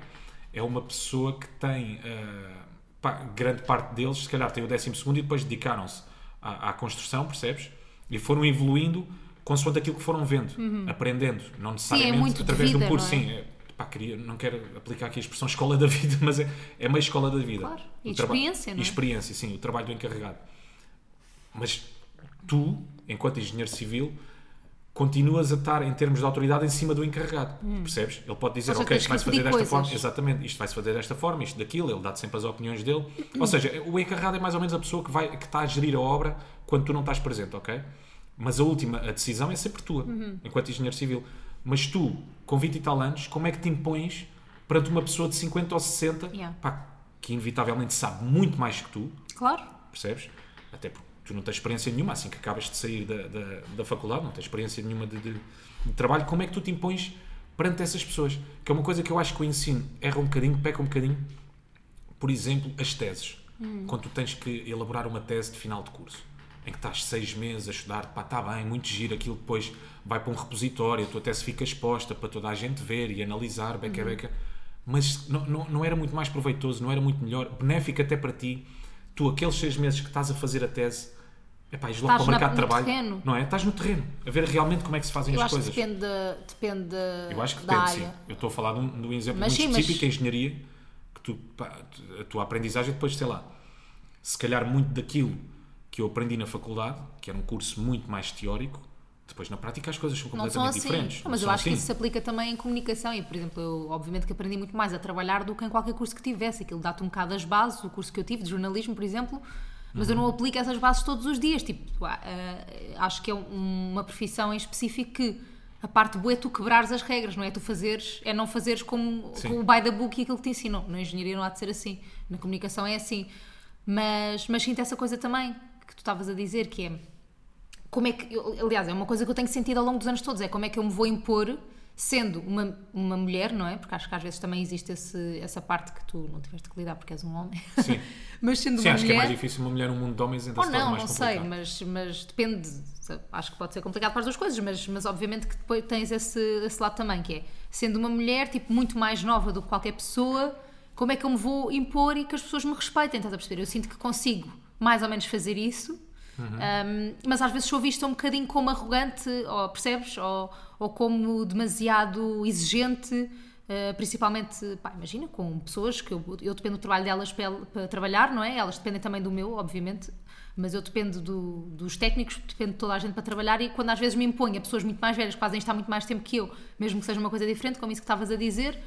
[SPEAKER 1] é uma pessoa que tem, ah, pá, grande parte deles, se calhar tem o 12 e depois dedicaram-se à, à construção, percebes? E foram evoluindo consoante aquilo que foram vendo, aprendendo, não necessariamente
[SPEAKER 2] Uhum. é muito de
[SPEAKER 1] através de
[SPEAKER 2] vida,
[SPEAKER 1] um curso.
[SPEAKER 2] não é?
[SPEAKER 1] Sim, é- pá, queria, não quero aplicar aqui a expressão escola da vida, mas é, é meio escola da vida.
[SPEAKER 2] Claro. E
[SPEAKER 1] O
[SPEAKER 2] de
[SPEAKER 1] traba-
[SPEAKER 2] experiência, não é?
[SPEAKER 1] E experiência, sim, o trabalho do encarregado. Mas tu, enquanto engenheiro civil, continuas a estar, em termos de autoridade, em cima do encarregado. Percebes? Ele pode dizer,
[SPEAKER 2] Hum. Ou seja,
[SPEAKER 1] ok,
[SPEAKER 2] tens
[SPEAKER 1] isto
[SPEAKER 2] que
[SPEAKER 1] vai-se fazer
[SPEAKER 2] pedir
[SPEAKER 1] desta
[SPEAKER 2] coisas.
[SPEAKER 1] forma. Exatamente, isto vai-se fazer desta forma, isto daquilo, ele dá-te sempre as opiniões dele. Ou seja, o encarregado é mais ou menos a pessoa que, vai, que está a gerir a obra quando tu não estás presente, ok? Mas a última, a decisão é sempre tua, enquanto engenheiro civil. Mas tu, com 20 e tal anos, como é que te impões perante uma pessoa de 50 ou 60,
[SPEAKER 2] Yeah.
[SPEAKER 1] pá, que inevitavelmente sabe muito mais que tu,
[SPEAKER 2] Claro.
[SPEAKER 1] percebes? Até porque tu não tens experiência nenhuma, assim que acabas de sair da, da, da faculdade, não tens experiência nenhuma de, de- de trabalho, como é que tu te impões perante essas pessoas? Que é uma coisa que eu acho que o ensino erra um bocadinho, peca um bocadinho, por exemplo, as teses.
[SPEAKER 2] Hum.
[SPEAKER 1] Quando tu tens que elaborar uma tese de final de curso, em que estás seis meses a estudar, pá, está bem, muito giro, aquilo depois vai para um repositório, a tua tese fica exposta para toda a gente ver e analisar, beca a
[SPEAKER 2] Uhum.
[SPEAKER 1] beca, mas não, não, não era muito mais proveitoso, não era muito melhor, benéfico até para ti, tu aqueles seis meses que estás a fazer a tese, epá, és logo para
[SPEAKER 2] Estás
[SPEAKER 1] o mercado
[SPEAKER 2] na-
[SPEAKER 1] de
[SPEAKER 2] no
[SPEAKER 1] trabalho,
[SPEAKER 2] terreno.
[SPEAKER 1] não é? Estás no terreno, a ver realmente como é que se fazem
[SPEAKER 2] Eu
[SPEAKER 1] as
[SPEAKER 2] acho
[SPEAKER 1] coisas.
[SPEAKER 2] que depende, da- depende da-
[SPEAKER 1] Eu acho que
[SPEAKER 2] da
[SPEAKER 1] depende,
[SPEAKER 2] área.
[SPEAKER 1] sim. Eu estou a falar de um, de um exemplo
[SPEAKER 2] Mas
[SPEAKER 1] muito
[SPEAKER 2] sim, mas-
[SPEAKER 1] específico, a engenharia, que tu, pá, a tua aprendizagem depois, sei lá, se calhar muito daquilo que eu aprendi na faculdade, que era um curso muito mais teórico, depois na prática as coisas são
[SPEAKER 2] Não são
[SPEAKER 1] completamente
[SPEAKER 2] assim.
[SPEAKER 1] diferentes.
[SPEAKER 2] Não, mas
[SPEAKER 1] Não
[SPEAKER 2] eu
[SPEAKER 1] são
[SPEAKER 2] acho que
[SPEAKER 1] assim.
[SPEAKER 2] isso se aplica também em comunicação. E, por exemplo, eu obviamente que aprendi muito mais a trabalhar do que em qualquer curso que tivesse. Aquilo dá-te um bocado as bases, o curso que eu tive de jornalismo, por exemplo, mas eu
[SPEAKER 1] Uhum.
[SPEAKER 2] não aplico essas bases todos os dias. Tipo, ah, ah, acho que é um- uma profissão em específico que a parte boa é tu quebrares as regras, não é tu fazeres, é não fazeres como,
[SPEAKER 1] Sim.
[SPEAKER 2] como o by the book e aquilo que te ensinam. Na engenharia não há de ser assim, na comunicação é assim. Mas, mas sinto essa coisa também que tu estavas a dizer, que é como é que eu- aliás é uma coisa que eu tenho sentido ao longo dos anos todos é como é que eu me vou impor sendo uma, uma mulher, não é? Porque acho que às vezes também existe esse- essa parte que tu não tiveste que lidar porque és um homem.
[SPEAKER 1] Sim.
[SPEAKER 2] mas sendo
[SPEAKER 1] Sim,
[SPEAKER 2] uma
[SPEAKER 1] acho que é
[SPEAKER 2] mulher.
[SPEAKER 1] mais difícil uma mulher num mundo de homens, então
[SPEAKER 2] Ou
[SPEAKER 1] se torna
[SPEAKER 2] não,
[SPEAKER 1] mais
[SPEAKER 2] não sei,
[SPEAKER 1] complicado.
[SPEAKER 2] mas, mas depende. Acho que pode ser complicado para as duas coisas, mas, mas obviamente que depois tens esse, esse lado também, que é sendo uma mulher tipo, muito mais nova do que qualquer pessoa, como é que eu me vou impor e que as pessoas me respeitem? Estás a perceber? Eu sinto que consigo mais ou menos fazer isso,
[SPEAKER 1] Uhum.
[SPEAKER 2] um, mas às vezes sou vista um bocadinho como arrogante, ou percebes? Ou, ou como demasiado exigente. Uh, principalmente, pá, imagina, com pessoas que eu, eu dependo do trabalho delas para, el- para trabalhar, não é? Elas dependem também do meu, obviamente, mas eu dependo do- dos técnicos, dependo de toda a gente para trabalhar e quando às vezes me imponho a pessoas muito mais velhas que fazem isto há muito mais tempo que eu, mesmo que seja uma coisa diferente, como isso que estavas a dizer,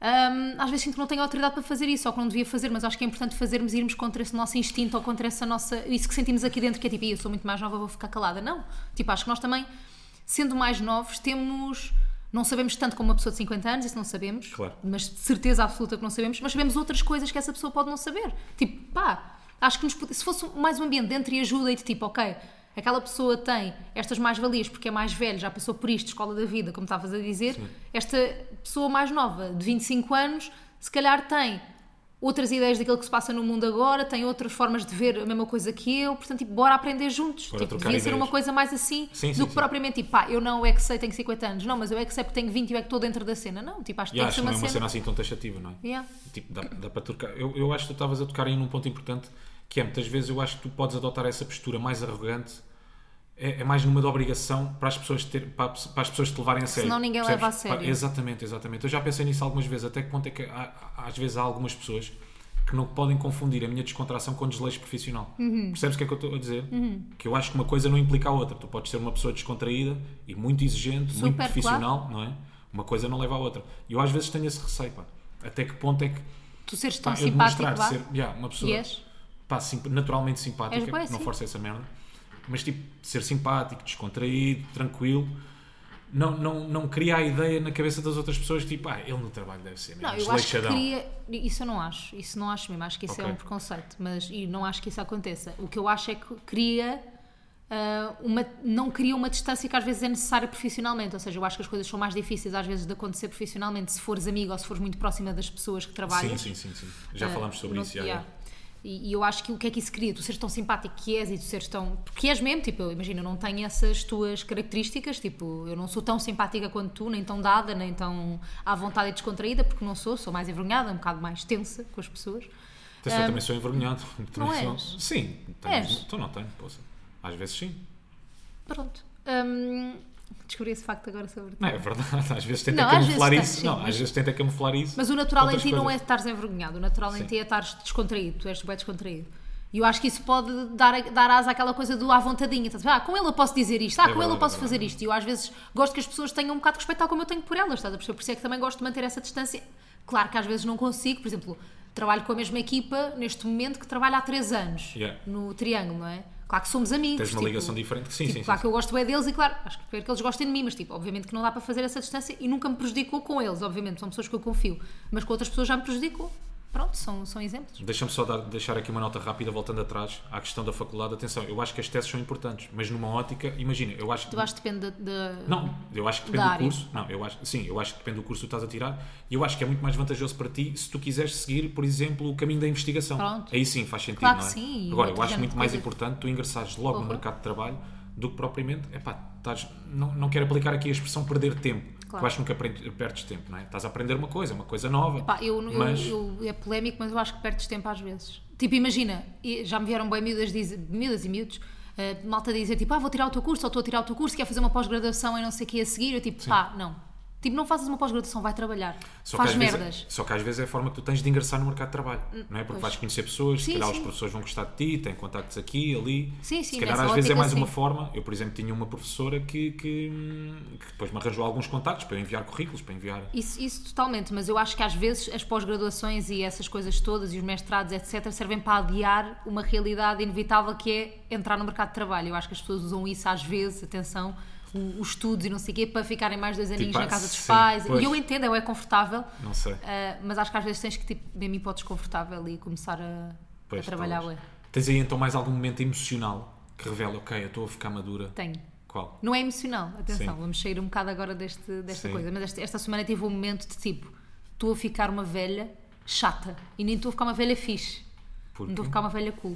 [SPEAKER 2] hum, às vezes sinto que não tenho autoridade para fazer isso, ou que não devia fazer, mas acho que é importante fazermos, irmos contra esse nosso instinto ou contra essa nossa. isso que sentimos aqui dentro, que é tipo, "Ih, eu sou muito mais nova, vou ficar calada. Não. Tipo, acho que nós também, sendo mais novos, temos. Não sabemos tanto como uma pessoa de 50 anos, isso não sabemos.
[SPEAKER 1] Claro.
[SPEAKER 2] Mas de certeza absoluta que não sabemos, mas sabemos outras coisas que essa pessoa pode não saber. Tipo, pá, acho que nos pod- se fosse mais um ambiente de entreajuda e de tipo, ok, aquela pessoa tem estas mais-valias porque é mais velha, já passou por isto, escola da vida, como estavas a dizer, esta pessoa mais nova, de 25 anos, se calhar tem outras ideias daquilo que se passa no mundo agora, tem outras formas de ver a mesma coisa que eu, portanto, tipo, bora aprender juntos.
[SPEAKER 1] Bora
[SPEAKER 2] tipo,
[SPEAKER 1] trocar
[SPEAKER 2] devia ser
[SPEAKER 1] ideias.
[SPEAKER 2] uma coisa mais assim
[SPEAKER 1] Sim,
[SPEAKER 2] do
[SPEAKER 1] sim,
[SPEAKER 2] que
[SPEAKER 1] sim.
[SPEAKER 2] propriamente tipo, pá, eu não é que sei, tenho 50 anos, não, mas eu é que sei porque tenho 20 e eu é que estou dentro da cena. Não, tipo, acho que
[SPEAKER 1] E
[SPEAKER 2] tem que
[SPEAKER 1] acho
[SPEAKER 2] ser
[SPEAKER 1] que não é
[SPEAKER 2] uma
[SPEAKER 1] uma
[SPEAKER 2] cena.
[SPEAKER 1] cena assim tão taxativa, não é?
[SPEAKER 2] Yeah.
[SPEAKER 1] Tipo, dá, dá para trocar. Eu, eu acho que tu estavas a tocar aí num ponto importante que é muitas vezes eu acho que tu podes adotar essa postura mais arrogante. É, é mais numa de obrigação para as pessoas ter, para, para as pessoas te levarem a sério.
[SPEAKER 2] Senão ninguém leva a sério.
[SPEAKER 1] Pá, Exatamente, exatamente. Eu já pensei nisso algumas vezes. Até que ponto é que há- há- às vezes há algumas pessoas que não podem confundir a minha descontração com desleixo profissional.
[SPEAKER 2] Uhum.
[SPEAKER 1] Percebes o que é que eu estou a dizer? Que eu acho que uma coisa não implica a outra. Tu podes ser uma pessoa descontraída e muito exigente, muito
[SPEAKER 2] claro.
[SPEAKER 1] profissional, não é? Uma coisa não leva à outra. E eu às vezes tenho esse receio, pá. Até que ponto é que
[SPEAKER 2] Tu seres tão
[SPEAKER 1] pá, eu
[SPEAKER 2] simpático
[SPEAKER 1] demonstrar
[SPEAKER 2] lá.
[SPEAKER 1] ser yeah, uma pessoa
[SPEAKER 2] E és?
[SPEAKER 1] pá, sim- naturalmente
[SPEAKER 2] És
[SPEAKER 1] simpática,
[SPEAKER 2] bué
[SPEAKER 1] não
[SPEAKER 2] assim.
[SPEAKER 1] força essa merda, mas tipo, ser simpático, descontraído, tranquilo. Não, não, não cria a ideia na cabeça das outras pessoas, tipo, ah, ele no trabalho deve ser,
[SPEAKER 2] Não,
[SPEAKER 1] mesmo,
[SPEAKER 2] eu acho que
[SPEAKER 1] desleixadão."
[SPEAKER 2] queria. Isso eu não acho. Isso não acho mesmo. Acho que isso é
[SPEAKER 1] Ok.
[SPEAKER 2] um preconceito. Mas, e não acho que isso aconteça. O que eu acho é que cria. ah, uma, não cria uma distância que às vezes é necessária profissionalmente, ou seja, eu acho que as coisas são mais difíceis às vezes de acontecer profissionalmente se fores amigo ou se fores muito próxima das pessoas que trabalhas.
[SPEAKER 1] Sim, sim, sim, sim. Já
[SPEAKER 2] Ah,
[SPEAKER 1] falámos sobre
[SPEAKER 2] não-
[SPEAKER 1] isso. já,
[SPEAKER 2] yeah.
[SPEAKER 1] já.
[SPEAKER 2] E, e eu acho que o que é que isso cria? Tu seres tão simpático que és e tu seres tão. Porque és mesmo, tipo, eu imagino, eu não tenho essas tuas características, tipo, eu não sou tão simpática quanto tu, nem tão dada, nem tão à vontade e descontraída, porque não sou, sou mais envergonhada, um bocado mais tensa com as pessoas.
[SPEAKER 1] Atenção, eu também sou envergonhado. Também sou-
[SPEAKER 2] Ah, és?
[SPEAKER 1] Sim, tenho,
[SPEAKER 2] És?
[SPEAKER 1] então não tenho, poça. Às vezes sim.
[SPEAKER 2] Pronto. Hum, descobri esse facto agora sobre ti.
[SPEAKER 1] Não, é verdade. Às vezes tenta
[SPEAKER 2] Não, às vezes
[SPEAKER 1] camuflar
[SPEAKER 2] tem,
[SPEAKER 1] isso.
[SPEAKER 2] sim,
[SPEAKER 1] não,
[SPEAKER 2] mas-
[SPEAKER 1] às vezes tenta camuflar isso.
[SPEAKER 2] Mas o natural em
[SPEAKER 1] Outras
[SPEAKER 2] ti não é
[SPEAKER 1] coisas.
[SPEAKER 2] estares envergonhado, o natural em
[SPEAKER 1] Sim.
[SPEAKER 2] ti é estares descontraído, tu és bem descontraído. E eu acho que isso pode dar, dar asa àquela coisa do à vontadinha. Estás a ver? Ah, com ele eu posso dizer isto, ah,
[SPEAKER 1] É
[SPEAKER 2] com ele eu
[SPEAKER 1] verdade,
[SPEAKER 2] posso
[SPEAKER 1] é
[SPEAKER 2] fazer isto. E eu às vezes gosto que as pessoas tenham um bocado de respeito, tal como eu tenho por elas, estás a perceber? Por isso é que também gosto de manter essa distância. Claro que às vezes não consigo, por exemplo, trabalho com a mesma equipa neste momento que trabalho há três anos
[SPEAKER 1] Yeah.
[SPEAKER 2] no Triângulo, não é? Claro que somos amigos.
[SPEAKER 1] Tens uma
[SPEAKER 2] tipo,
[SPEAKER 1] ligação diferente. Sim,
[SPEAKER 2] tipo,
[SPEAKER 1] sim,
[SPEAKER 2] claro
[SPEAKER 1] sim.
[SPEAKER 2] que eu gosto bem deles e claro, acho que espero que eles gostem de mim, mas tipo, obviamente que não dá para fazer essa distância e nunca me prejudicou com eles, obviamente, são pessoas que eu confio, mas com outras pessoas já me prejudicou. Pronto, são, são exemplos.
[SPEAKER 1] Deixa-me só dar- deixar aqui uma nota rápida, voltando atrás à questão da faculdade. Atenção, eu acho que as teses são importantes, mas numa ótica, imagina, eu acho que.
[SPEAKER 2] Tu acho que depende da. da-
[SPEAKER 1] Não, eu acho que depende
[SPEAKER 2] Da
[SPEAKER 1] do
[SPEAKER 2] área.
[SPEAKER 1] curso. Não, eu acho, sim, eu acho que depende do curso que tu estás a tirar e eu acho que é muito mais vantajoso para ti se tu quiseres seguir, por exemplo, o caminho da investigação.
[SPEAKER 2] Pronto.
[SPEAKER 1] Aí sim faz sentido,
[SPEAKER 2] Claro
[SPEAKER 1] não é?
[SPEAKER 2] que sim, e
[SPEAKER 1] Agora, eu
[SPEAKER 2] outro
[SPEAKER 1] acho
[SPEAKER 2] género
[SPEAKER 1] muito
[SPEAKER 2] de
[SPEAKER 1] mais
[SPEAKER 2] coisa.
[SPEAKER 1] importante tu ingressares logo
[SPEAKER 2] Uhum.
[SPEAKER 1] no mercado de trabalho do que propriamente, epá, estás, não, não quero aplicar aqui a expressão perder tempo.
[SPEAKER 2] Claro.
[SPEAKER 1] que Eu acho que nunca aprendes- perdes tempo, não é? Estás a aprender uma coisa, uma coisa nova.
[SPEAKER 2] Pá, eu, eu-
[SPEAKER 1] mas...
[SPEAKER 2] eu- é polémico, mas eu acho que perdes tempo às vezes. Tipo, imagina, e já me vieram bem miúdas, diz- miúdas e miúdos, eh, malta dizer tipo, ah, vou tirar o teu curso, ou estou a tirar o teu curso, quer fazer uma pós-graduação e não sei o que a seguir, eu tipo, pá, não. Tipo, não faças uma pós-graduação, vai trabalhar. Faz
[SPEAKER 1] às
[SPEAKER 2] merdas. Hum,
[SPEAKER 1] Vezes, só que às vezes é a forma que tu tens de ingressar no mercado de trabalho, não é? Porque
[SPEAKER 2] pois.
[SPEAKER 1] vais conhecer pessoas, se
[SPEAKER 2] Sim,
[SPEAKER 1] calhar
[SPEAKER 2] sim.
[SPEAKER 1] os professores vão gostar de ti, têm contactos aqui, ali.
[SPEAKER 2] Sim, sim,
[SPEAKER 1] se calhar
[SPEAKER 2] nessa
[SPEAKER 1] às vezes é
[SPEAKER 2] ótica,
[SPEAKER 1] mais
[SPEAKER 2] sim.
[SPEAKER 1] uma forma. Eu, por exemplo, tinha uma professora que, que, hum, que depois me arranjou alguns contactos para eu enviar currículos, para enviar.
[SPEAKER 2] Isso, isso totalmente, mas eu acho que às vezes as pós-graduações e essas coisas todas e os mestrados, etc., servem para adiar uma realidade inevitável que é entrar no mercado de trabalho. Eu acho que as pessoas usam isso às vezes, atenção, o- os estudos e não sei o quê, para ficarem mais dois aninhos
[SPEAKER 1] Tipo,
[SPEAKER 2] na
[SPEAKER 1] ah,
[SPEAKER 2] casa dos
[SPEAKER 1] sim,
[SPEAKER 2] pais.
[SPEAKER 1] pois.
[SPEAKER 2] E eu entendo, é confortável,
[SPEAKER 1] Não sei.
[SPEAKER 2] ah, mas acho que às vezes tens que, tipo, mesmo ir para o desconfortável e começar a, a
[SPEAKER 1] Pois,
[SPEAKER 2] trabalhar.
[SPEAKER 1] talvez.
[SPEAKER 2] ué.
[SPEAKER 1] Tens aí então mais algum momento emocional que revela, ok, eu estou a ficar madura
[SPEAKER 2] Tenho.
[SPEAKER 1] Qual?
[SPEAKER 2] Não é emocional, atenção,
[SPEAKER 1] Sim.
[SPEAKER 2] vamos sair um bocado agora deste, desta
[SPEAKER 1] Sim.
[SPEAKER 2] coisa. Mas esta, esta semana tive um momento de tipo, estou a ficar uma velha chata e nem estou a ficar uma velha fixe,
[SPEAKER 1] Por
[SPEAKER 2] não estou a
[SPEAKER 1] quê?
[SPEAKER 2] ficar uma velha cool.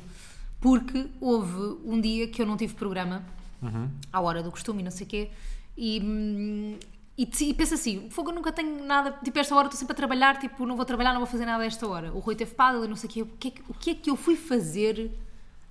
[SPEAKER 2] Porque houve um dia que eu não tive programa,
[SPEAKER 1] Uhum.
[SPEAKER 2] à hora do costume e não sei o quê, e, hum, e, te- e penso assim, fogo, eu nunca tenho nada, tipo, esta hora estou sempre a trabalhar, tipo, não vou trabalhar, não vou fazer nada a esta hora. O Rui teve pádel e não sei o quê. O que, é que, o que é que eu fui fazer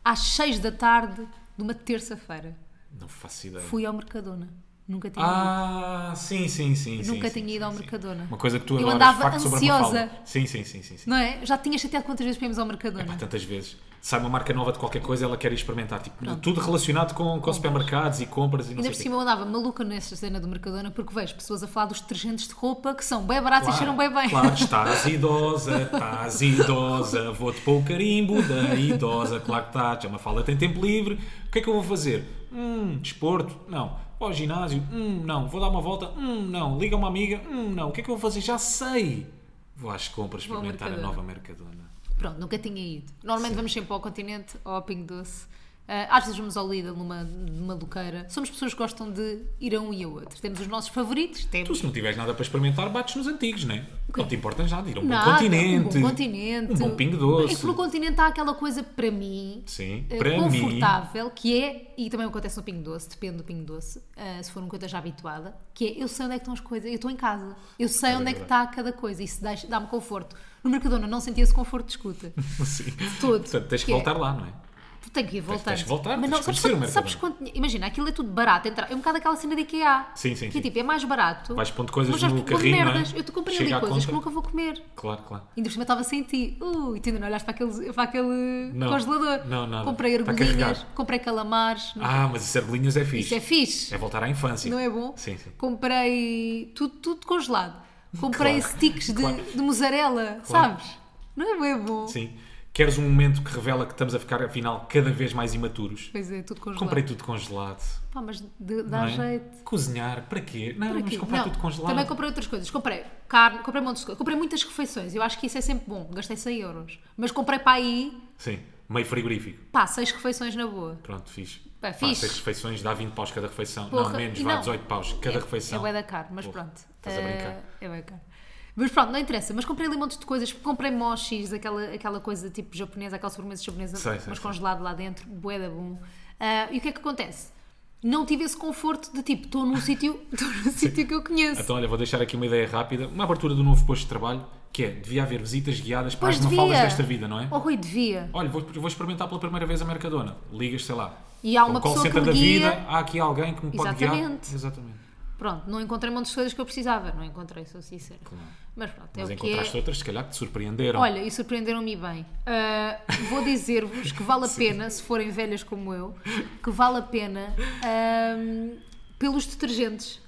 [SPEAKER 2] às seis da tarde de uma terça-feira?
[SPEAKER 1] Não faço ideia.
[SPEAKER 2] Fui ao Mercadona. Nunca tinha ido.
[SPEAKER 1] Ah, sim, sim, sim. sim,
[SPEAKER 2] Nunca
[SPEAKER 1] sim,
[SPEAKER 2] tinha
[SPEAKER 1] sim,
[SPEAKER 2] ido ao
[SPEAKER 1] sim.
[SPEAKER 2] Mercadona.
[SPEAKER 1] Uma coisa que tu
[SPEAKER 2] Eu
[SPEAKER 1] adoras,
[SPEAKER 2] andava
[SPEAKER 1] facto sobre a
[SPEAKER 2] ansiosa.
[SPEAKER 1] Mafalda. Sim, sim, sim, sim. sim.
[SPEAKER 2] Não é? Já tinha chateado quantas vezes fomos ao Mercadona.
[SPEAKER 1] É Pá, tantas vezes. Sai uma marca nova de qualquer coisa, ela quer experimentar. Tipo, tudo relacionado com, com supermercados e compras e não
[SPEAKER 2] Ainda
[SPEAKER 1] sei
[SPEAKER 2] por
[SPEAKER 1] o quê.
[SPEAKER 2] cima eu andava maluca nessa cena do Mercadona porque vejo pessoas a falar dos detergentes de roupa que são bem baratos e cheiram bem bem.
[SPEAKER 1] Claro, estás idosa, estás idosa, vou-te pôr o carimbo da idosa, claro que estás, já me fala, tem tempo livre, o que é que eu vou fazer? Hum, desporto? Não. Vou ao ginásio? Hum, não. Vou dar uma volta? Hum, não. Liga a uma amiga? Hum, não. O que é que eu vou fazer? Já sei. Vou às compras
[SPEAKER 2] Vou ao
[SPEAKER 1] experimentar a
[SPEAKER 2] Mercadona.
[SPEAKER 1] nova Mercadona.
[SPEAKER 2] Pronto, nunca tinha ido. Normalmente vamos sempre ao Continente ou ao Pingo Doce. Ah, às vezes vamos ao Lidl numa maluqueira. Somos pessoas que gostam de ir a um e a outro. Temos os nossos favoritos, temos.
[SPEAKER 1] Tu, se não tiveres nada para experimentar, bates nos antigos, né? Não te importas nada, ir a um
[SPEAKER 2] Nada,
[SPEAKER 1] bom continente.
[SPEAKER 2] Um bom continente.
[SPEAKER 1] Um bom pingo doce.
[SPEAKER 2] É que no continente há aquela coisa para mim.
[SPEAKER 1] Sim,
[SPEAKER 2] eh,
[SPEAKER 1] para mim.
[SPEAKER 2] confortável, que é, e também acontece no Pingo Doce, depende do Pingo Doce, eh, se for uma coisa já habituada, que é eu sei onde é que estão as coisas, eu estou em casa, eu sei onde é que está cada coisa, isso deixa- dá-me conforto. No Mercadona não senti esse conforto de escuta.
[SPEAKER 1] Sim.
[SPEAKER 2] Todo.
[SPEAKER 1] Portanto, tens que
[SPEAKER 2] Que é?
[SPEAKER 1] voltar lá, não é?
[SPEAKER 2] Tu tens que ir voltando.
[SPEAKER 1] tens de voltar,
[SPEAKER 2] Mas
[SPEAKER 1] tens
[SPEAKER 2] não,
[SPEAKER 1] de
[SPEAKER 2] sabes,
[SPEAKER 1] conhecer o
[SPEAKER 2] quanto, sabes
[SPEAKER 1] Mercadona.
[SPEAKER 2] quanto- Imagina, aquilo é tudo barato. entra- É um bocado aquela cena da IKEA.
[SPEAKER 1] Sim, sim,
[SPEAKER 2] Que
[SPEAKER 1] sim.
[SPEAKER 2] é tipo, é mais barato.
[SPEAKER 1] Vais pondo coisas
[SPEAKER 2] mas vais
[SPEAKER 1] no
[SPEAKER 2] pondo
[SPEAKER 1] carrinho, não é?
[SPEAKER 2] merdas. Eu te comprei
[SPEAKER 1] Chega à
[SPEAKER 2] ali coisas
[SPEAKER 1] conta.
[SPEAKER 2] que nunca vou comer.
[SPEAKER 1] Claro, claro.
[SPEAKER 2] Ainda por cima estava sem ti. Uh, e tu ainda não olhaste para aquele, para aquele
[SPEAKER 1] Não.
[SPEAKER 2] congelador.
[SPEAKER 1] Não, nada.
[SPEAKER 2] Comprei
[SPEAKER 1] Está
[SPEAKER 2] argolinhas,
[SPEAKER 1] carregado.
[SPEAKER 2] comprei calamares.
[SPEAKER 1] Ah, mas isso argolinhas é fixe.
[SPEAKER 2] Isso é fixe.
[SPEAKER 1] É voltar à infância.
[SPEAKER 2] Não é bom?
[SPEAKER 1] Sim, sim.
[SPEAKER 2] Comprei tudo, tudo congelado. Comprei
[SPEAKER 1] Claro.
[SPEAKER 2] sticks de,
[SPEAKER 1] Claro.
[SPEAKER 2] de mussarela, sabes? Não é bom, é bom.
[SPEAKER 1] Sim. Queres um momento que revela que estamos a ficar, afinal, cada vez mais imaturos?
[SPEAKER 2] Pois é, tudo congelado.
[SPEAKER 1] Comprei tudo congelado.
[SPEAKER 2] Pá, mas de-
[SPEAKER 1] não
[SPEAKER 2] dá
[SPEAKER 1] é?
[SPEAKER 2] jeito.
[SPEAKER 1] Cozinhar, para quê? Não,
[SPEAKER 2] Para
[SPEAKER 1] vamos
[SPEAKER 2] quê?
[SPEAKER 1] comprar
[SPEAKER 2] Não,
[SPEAKER 1] tudo congelado.
[SPEAKER 2] Também comprei outras coisas. Comprei carne, comprei montes de coisas. Comprei muitas refeições. Eu acho que isso é sempre bom. Gastei 100 euros. Mas comprei para aí,
[SPEAKER 1] Sim, meio frigorífico.
[SPEAKER 2] pá, 6 refeições na boa.
[SPEAKER 1] Pronto, fixe.
[SPEAKER 2] Pá,
[SPEAKER 1] Pá,
[SPEAKER 2] fixe.
[SPEAKER 1] seis refeições, dá 20 paus cada refeição.
[SPEAKER 2] Porra,
[SPEAKER 1] não, menos,
[SPEAKER 2] e
[SPEAKER 1] vá
[SPEAKER 2] não.
[SPEAKER 1] 18 paus cada
[SPEAKER 2] é,
[SPEAKER 1] refeição.
[SPEAKER 2] É bué da caro, mas
[SPEAKER 1] Porra,
[SPEAKER 2] pronto.
[SPEAKER 1] estás a
[SPEAKER 2] Eh,
[SPEAKER 1] brincar.
[SPEAKER 2] É bué caro. Mas pronto, não interessa. Mas comprei ali montes de coisas. Comprei mochis, aquela, aquela coisa tipo japonesa, aquela sobremesa japonesa,
[SPEAKER 1] Sei, sei,
[SPEAKER 2] mas
[SPEAKER 1] sei.
[SPEAKER 2] congelado lá dentro. Bué da bom. Ah, e o que é que acontece? Não tive esse conforto de tipo, estou num sítio estou num sítio que eu conheço.
[SPEAKER 1] Então, olha, vou deixar aqui uma ideia rápida. Uma abertura do novo posto de trabalho, que é, devia haver visitas guiadas para
[SPEAKER 2] Pois
[SPEAKER 1] as mafaldas desta vida, não é?
[SPEAKER 2] Oh, Rui, devia.
[SPEAKER 1] Olha, vou, vou experimentar pela primeira vez a Mercadona. Ligas, sei lá.
[SPEAKER 2] E há
[SPEAKER 1] ao
[SPEAKER 2] uma
[SPEAKER 1] call
[SPEAKER 2] pessoa que
[SPEAKER 1] center da
[SPEAKER 2] me guia.
[SPEAKER 1] vida, há aqui alguém que me pode
[SPEAKER 2] Exatamente.
[SPEAKER 1] guiar. Exatamente.
[SPEAKER 2] Pronto, não encontrei montes de coisas que eu precisava. Não encontrei, sou sincera. Mas pronto,
[SPEAKER 1] Mas
[SPEAKER 2] é o que é.
[SPEAKER 1] encontraste outras, se calhar, que te surpreenderam.
[SPEAKER 2] Olha, e surpreenderam-me bem. Ah, vou dizer-vos que vale a pena, se forem velhas como eu, que vale a pena ahm, pelos detergentes.